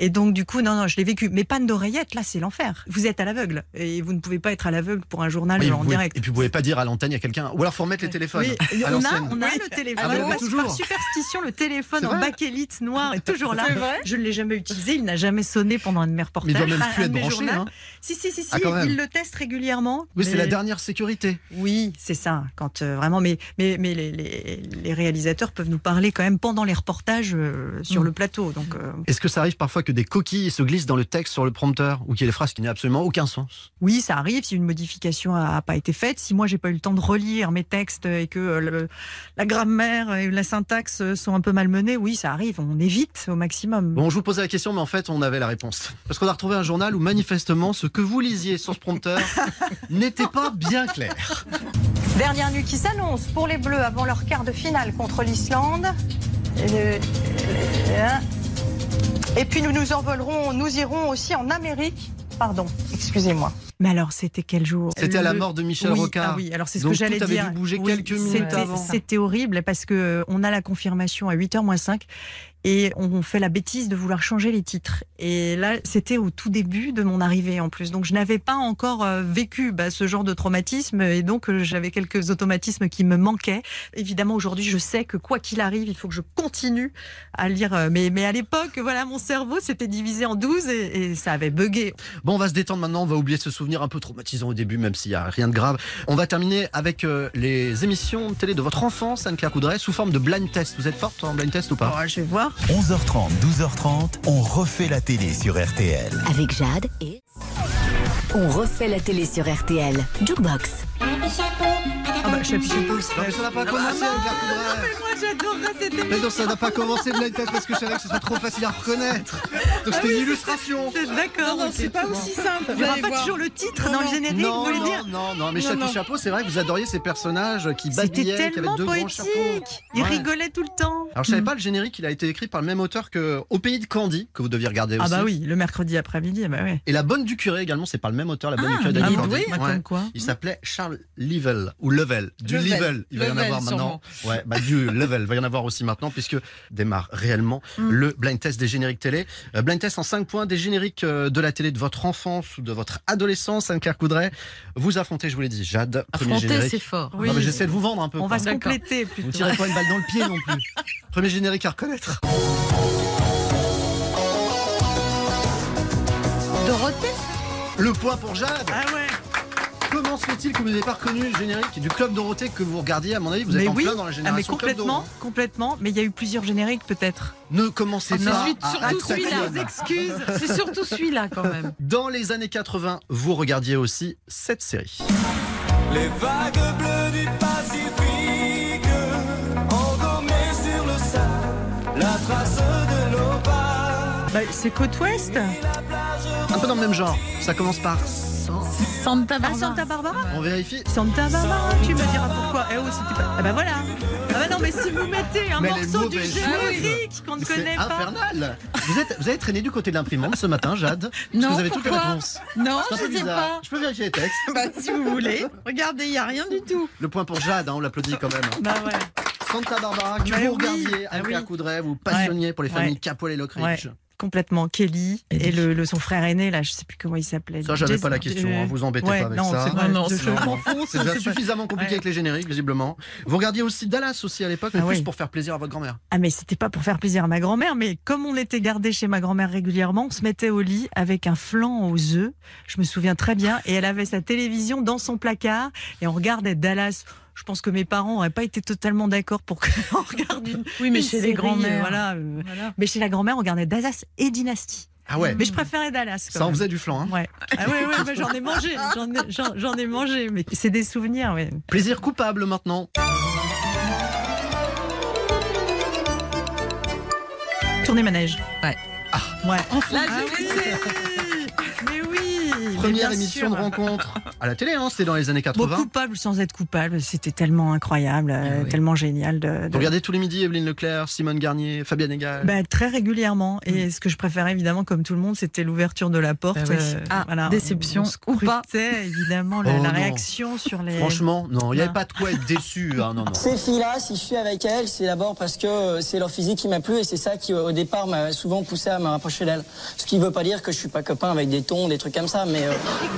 Et donc, du coup, non, non, je l'ai vécu. Mais panne d'oreillette, là, c'est l'enfer. Vous êtes à l'aveugle. Et vous ne pouvez pas être à l'aveugle pour un journal
Oui, vous
en
pouvez-
direct.
Et puis vous pouvez pas dire à l'antenne, il y a quelqu'un. Ou alors faut remettre les téléphones.
Oui,
à
on a,
l'ancienne.
on a le téléphone.
Ah, vous l'avez
Parce-
toujours
par superstition, le
C'est
téléphone en
vrai
bakélite noir est toujours là.
C'est vrai
je ne l'ai jamais utilisé. Il n'a jamais sonné pendant un de mes reportages.
doit même
Ah, un
plus
de
être
mes
branché,
journaux.
hein.
Si, si, si, si.
Ah, quand même.
il le teste régulièrement.
Oui, c'est la
mais-
dernière sécurité.
oui, c'est ça. Quand euh, vraiment, mais, mais, mais les, les- les réalisateurs peuvent nous parler quand même pendant les reportages euh, sur
Mm.
le plateau. Donc, euh,
Est-ce que ça arrive parfois que des coquilles se glissent dans le texte sur le prompteur ou qu'il y ait des phrases qui n'aient absolument aucun sens
oui, ça arrive si une modification n'a pas été faite. Si moi, j'ai pas eu le temps de relire mes textes et que euh, le- la grammaire et la syntaxe euh, sont un peu malmenées, oui, ça arrive. On évite au maximum.
Bon, je vous posais la question, mais en fait, on avait la réponse. Parce qu'on a retrouvé un journal où manifestement, ce que vous lisiez sur ce
[laughs]
prompteur n'était pas bien clair.
Dernière nuit qui s'annonce pour les Bleus avant leur quart de finale contre l'Islande. Euh,
Bien. hein. Et puis nous nous envolerons, nous irons aussi en Amérique. Pardon, excusez-moi. Mais alors, c'était quel jour
C'était à la
Le-
mort de Michel
Oui,
Rocard.
Ah oui, alors c'est ce
Donc
que j'allais
tout
dire.
avait dû bouger
Oui,
quelques minutes
c'était-
avant.
C'était horrible parce que euh, on a la confirmation à 8h moins 5 et on fait la bêtise de vouloir changer les titres. Et là, c'était au tout début de mon arrivée en plus. Donc je n'avais pas encore euh, vécu bah, ce genre de traumatisme et donc euh, j'avais quelques automatismes qui me manquaient. Évidemment, aujourd'hui, je sais que quoi qu'il arrive, il faut que je continue à lire. euh, Mais, mais à l'époque, voilà, mon cerveau s'était divisé en 12 et, et ça avait bugué.
Bon, on va se détendre maintenant, on va oublier ce souvenir un peu traumatisant au début, même s'il n'y a rien de grave. On va terminer avec euh, les émissions de télé de votre enfance, Anne-Claire Coudray, sous forme de blind test. Vous êtes forte en blind test ou pas
Oh, Je vais voir.
11h30, 12h30, on refait la télé sur RTL.
Avec Jade et. On refait la télé sur RTL. Jukebox.
Ah bah, je
ça n'a pas commencé, Anne-Claire Coudray.
Moi, j'adorerais cette
Mais non, ça n'a pas commencé blind test parce que je savais que ce serait trop facile à reconnaître. Donc c'était une illustration.
D'accord.
Non, non,
ok.
c'est pas aussi simple,
Il
vous
n'y aura
allez
pas
voir.
toujours le titre dans le générique,
non,
vous voulez
non,
dire
Non, non, mais
Non,
Chapeau
non.
Chapeau, c'est vrai que vous adoriez ces personnages qui
C'était
babillaient, qui avaient
tellement
deux grands
poétique.
chapeaux.
Il Mm.
Ouais.
rigolait tout le temps.
Alors je savais pas le générique, il a été écrit par le même auteur que Au pays de Candy que vous deviez regarder
Ah
aussi.
bah oui, le mercredi après-midi, bah ouais.
Et la bonne du curé également, c'est par le même auteur, la bonne
Ah,
du curé
bah
Danny
dis
Cordy.
donc, bah comme quoi.
Il s'appelait Charles Level ou Level du
Level.
Level. Il va y en
Level,
avoir maintenant.
sûrement.
Ouais, bah du Level, il va y en avoir aussi maintenant puisque démarre réellement
Mm.
le blind test des génériques télé. Euh, blind test en 5 points des génériques euh, de la télé de votre enfance ou de votre adolescence, Anne-Claire Coudray. Vous affrontez, je vous l'ai dit, Jade, premier
Affronter,
générique.
c'est fort.
Non, mais j'essaie de vous vendre un peu.
On
quoi.
va se D'accord. compléter, plutôt.
Vous ne
[laughs]
tirez pas une balle dans le pied non plus. Premier générique à reconnaître.
Dorothée
Le point pour Jade.
Ah ouais.
Comment se fait-il que vous n'ayez pas reconnu le générique du Club Dorothée que vous regardiez À mon avis, vous êtes
mais
en
oui,
plein dans la
ah,
génération
mais
Club
complètement,
Dorothée.
complètement. Mais il y a eu plusieurs génériques peut-être.
Ne commencez
Ah, c'est
pas.
suite-
à
surtout
attaquer.
celui-là, les excuses. [laughs]
C'est surtout
Ah,
celui-là, quand même.
Dans les années 80, vous regardiez aussi cette série.
Les vagues bleues du Pacifique, endormies sur le sable, la trace de nos pas.
Bah, c'est Côte Ouest
Bah, Un peu dans le même genre. Ça commence par.
Santa Barbara.
Santa Barbara
On vérifie.
Santa Barbara, tu me diras pourquoi. Eh oh, c'était pas. Ah bah voilà. Ah bah non, mais si vous mettez un
Mais elle est
morceau du
mauvaise
générique
chose.
qu'on ne
C'est
connaît pas.
infernal. Vous, êtes, vous avez traîné du côté de l'imprimante ce matin, Jade parce que
Non,
vous avez toutes les
pourquoi
Ah,
réponses.
Non,
C'est un
je
peu
sais
bizarre. [laughs]
pas.
Je peux vérifier les
[laughs]
textes.
Bah, si vous voulez. Regardez, il n'y a rien du tout.
Le point pour Jade, hein, on l'applaudit quand même.
Bah ouais.
Santa Barbara, que
Bah
vous
oui,
regardiez,
bah
Anne-Claire
oui.
Coudray, vous passionniez pour les
ouais.
familles Capol et Lockridge.
Ouais, complètement. Kelly et le, le- son frère aîné, là, je sais plus comment il s'appelait.
Ça, j'avais
Jason-
pas la question, hein, vous embêtez
Ouais,
pas avec
non,
ça.
Ah
c'est vrai, je-
c'est
je m'en
normal.
fous,
C'est
ça,
déjà
c'est pas-
suffisamment compliqué
Ouais.
avec les génériques, visiblement. Vous regardiez aussi Dallas aussi à l'époque, mais
Ah
plus
oui.
pour faire plaisir à votre grand-mère.
Ah mais c'était pas pour faire plaisir à ma grand-mère, mais comme on était gardé chez ma grand-mère régulièrement, on se mettait au lit avec un flanc aux œufs. Je me souviens très bien, et elle avait sa télévision dans son placard et on regardait Dallas. Je pense que mes parents n'auraient pas été totalement d'accord [laughs] pour qu'on regarde une
Oui, mais
une
chez les
série,
grands-mères.
euh, Voilà, euh,
Voilà.
Mais chez la grand-mère, on regardait Dallas et Dynasty.
Ah ouais.
Mais je préférais Dallas. quand
Ça en
même.
faisait du flan. hein.
Ouais. Ah ouais, ouais, bah, j'en ai mangé, j'en ai, j'en- j'en ai mangé, mais c'est des souvenirs. ouais.
Plaisir coupable maintenant.
Tournée manège.
Ouais.
Ouais.
Là,
Ah
je
oui.
l'ai
Mais oui mais
Première
bien
émission
sûr.
de rencontre à la télé, hein, c'est dans les années
Bon,
80.
coupable sans être coupable, c'était tellement incroyable,
Ah
euh, tellement génial de, de-
Vous regardez tous les midis Evelyne Leclerc, Simone Garnier, Fabienne Egal.
Bah, très régulièrement. Et
Mm.
ce que je préférais évidemment, comme tout le monde, c'était l'ouverture de la porte. euh,
Bah oui. Ah, déception
déception ou pas évidemment la,
Oh
la
non.
réaction sur les.
Franchement, non, il n'y avait
euh, Non.
pas de quoi être déçu. hein, non, non.
Ces filles-là, si je suis avec elles, c'est d'abord parce que euh, c'est leur physique qui m'a plu et c'est ça qui, au départ, m'a souvent poussé à me rapprocher d'elles. Ce qui ne veut pas dire que je suis pas copain avec des tons, des trucs comme ça, mais. euh,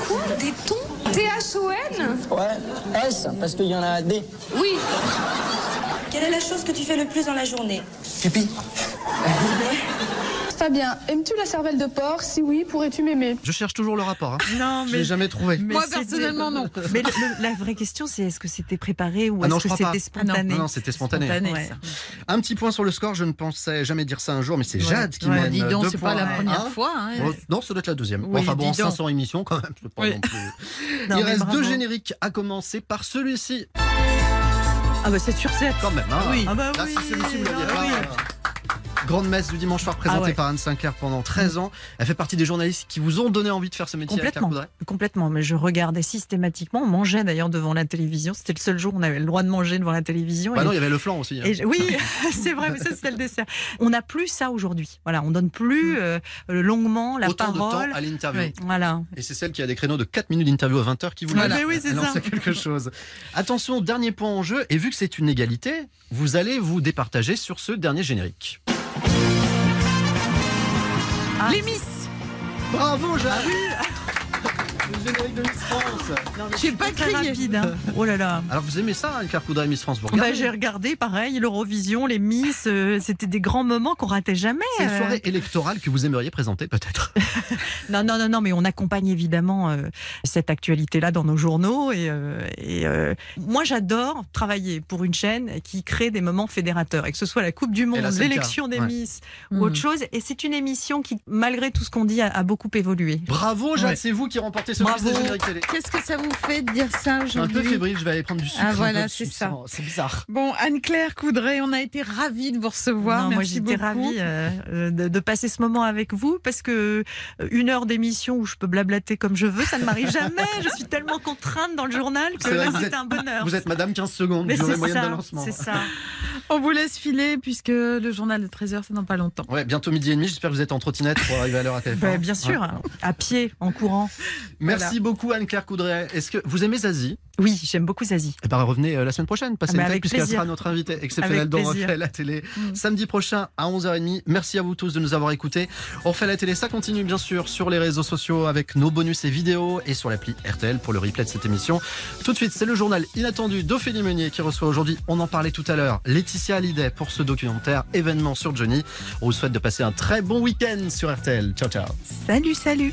Quoi Des tons T-H-O-N
ouais, S, parce qu'il y en a des.
Oui. Quelle est la chose que tu fais le plus dans la journée
Pipi.
Fabien, aimes-tu la cervelle de porc Si oui, pourrais-tu m'aimer
Je cherche toujours le rapport. hein.
Non,
Je
mais-
l'ai jamais trouvé.
mais c'était- Mais le- le- la vraie question, c'est est-ce que c'était préparé ou
Ah non,
est-ce
je
que
crois pas.
c'était spontané
Non, non, c'était spontané.
Ouais.
Un petit point sur le score, je ne pensais jamais dire ça un jour, mais c'est
Ouais.
Jade qui
Ouais,
mène.
dis donc,
deux
c'est pas
points
la
à
première
un.
fois, hein.
Bon, non, ça doit être la deuxième.
Oui,
enfin bon,
dis
en
donc.
500 émissions quand même. c'est pas
Oui.
non plus-
[laughs]
Il
Non, mais
reste deux
bravo.
génériques à commencer par celui-ci.
Ah bah c'est sur 7
quand même. hein.
Ah oui. Ah bah
Là, si
oui.
celui-ci, vous l'aviez
Ah
pas,
oui.
euh, Grande messe du dimanche soir présentée
Ah ouais.
par Anne Sinclair pendant 13 ans. Elle fait partie des journalistes qui vous ont donné envie de faire ce métier à Claire
Complètement,
Coudray.
complètement. Mais je regardais systématiquement. On mangeait d'ailleurs devant la télévision. C'était le seul jour où on avait le droit de manger devant la télévision.
Bah
Et-
non, il y avait le flan aussi. hein.
Et je- oui, [laughs] c'est vrai, mais ça c'était le dessert. On n'a plus ça aujourd'hui. Voilà, on donne plus euh, longuement la
Hmm. Autant de temps
parole
à l'interview.
Oui, Voilà.
Et c'est celle qui a des créneaux de 4 minutes d'interview à 20h qui vous
Ah,
l'a-
mais oui, c'est
elle en
ça.
sait quelque chose. Attention, dernier point en jeu, et vu que c'est une égalité, vous allez vous départager sur ce dernier générique.
Ah.
Les Miss
Bravo, Jacques Le générique de Miss France
J'ai pas très rapide. hein. Oh là là.
Alors vous aimez ça, hein, Anne Claire Coudray, Miss France vous
Bah,
regardez
j'ai regardé, pareil, l'Eurovision, les Miss, euh, c'était des grands moments qu'on ratait jamais.
C'est
hein.
une
euh.
soirée électorale que vous aimeriez présenter
[laughs]
peut-être.
Non, non, non, non, mais on accompagne évidemment euh, cette actualité-là dans nos journaux. Et, euh, et, euh, moi, j'adore travailler pour une chaîne qui crée des moments fédérateurs, et que ce soit la Coupe du Monde,
là, c'est le
l'élection
cas,
des
ouais.
Miss
Mm.
ou autre chose. Et c'est une émission qui, malgré tout ce qu'on dit, a, a beaucoup évolué.
Bravo Jacques,
Ouais.
c'est vous qui remportez ce
Bravo.
prix des génériques télé.
Qu'est-ce que ça vous fait de dire ça
Je suis un
aujourd'hui
peu fébrile, je vais aller prendre du sucre.
Ah,
un peu
voilà,
de
c'est
sucre, Oh,
ça.
C'est bizarre.
Bon, Anne-Claire Coudray, on a été ravis de vous recevoir.
Non, moi,
Merci
j'étais
beaucoup.
ravie euh, euh, de, de passer ce moment avec vous parce que euh, une heure d'émission où je peux blablater comme je veux, ça ne m'arrive jamais. je suis tellement contrainte dans le journal que
C'est vrai
là,
que vous
c'était
êtes-
un bonheur.
Vous êtes madame 15 secondes,
Hein Mais
vous aurez
c'est
moyen de
ça,
balancement.
C'est ça.
On vous laisse filer puisque le journal de 13h, c'est dans pas longtemps.
Ouais, bientôt midi et demi, j'espère que vous êtes en trottinette pour arriver à l'heure à TF1.
Bah, bien sûr,
Ouais.
hein, à pied, en courant.
Merci
Voilà.
beaucoup Anne-Claire Coudray. Est-ce que vous aimez Zazie
Oui, j'aime beaucoup Zazie.
Eh ben, revenez euh, la semaine prochaine, passez
Ah, mais
une tête
avec
puisqu'elle
plaisir.
sera notre invitée exceptionnelle
Avec
dans
plaisir.
Refait la télé.
Mm.
Samedi prochain à 11h30. Merci à vous tous de nous avoir écoutés. On refait la télé, ça continue bien sûr sur les réseaux sociaux avec nos bonus et vidéos et sur l'appli RTL pour le replay de cette émission. Tout de suite, c'est le journal inattendu d'Ophélie Meunier qui reçoit aujourd'hui, on en parlait tout à l'heure, Laetitia Hallyday pour ce documentaire événement sur Johnny. On vous souhaite de passer un très bon week-end sur RTL. Ciao, ciao.
Salut, salut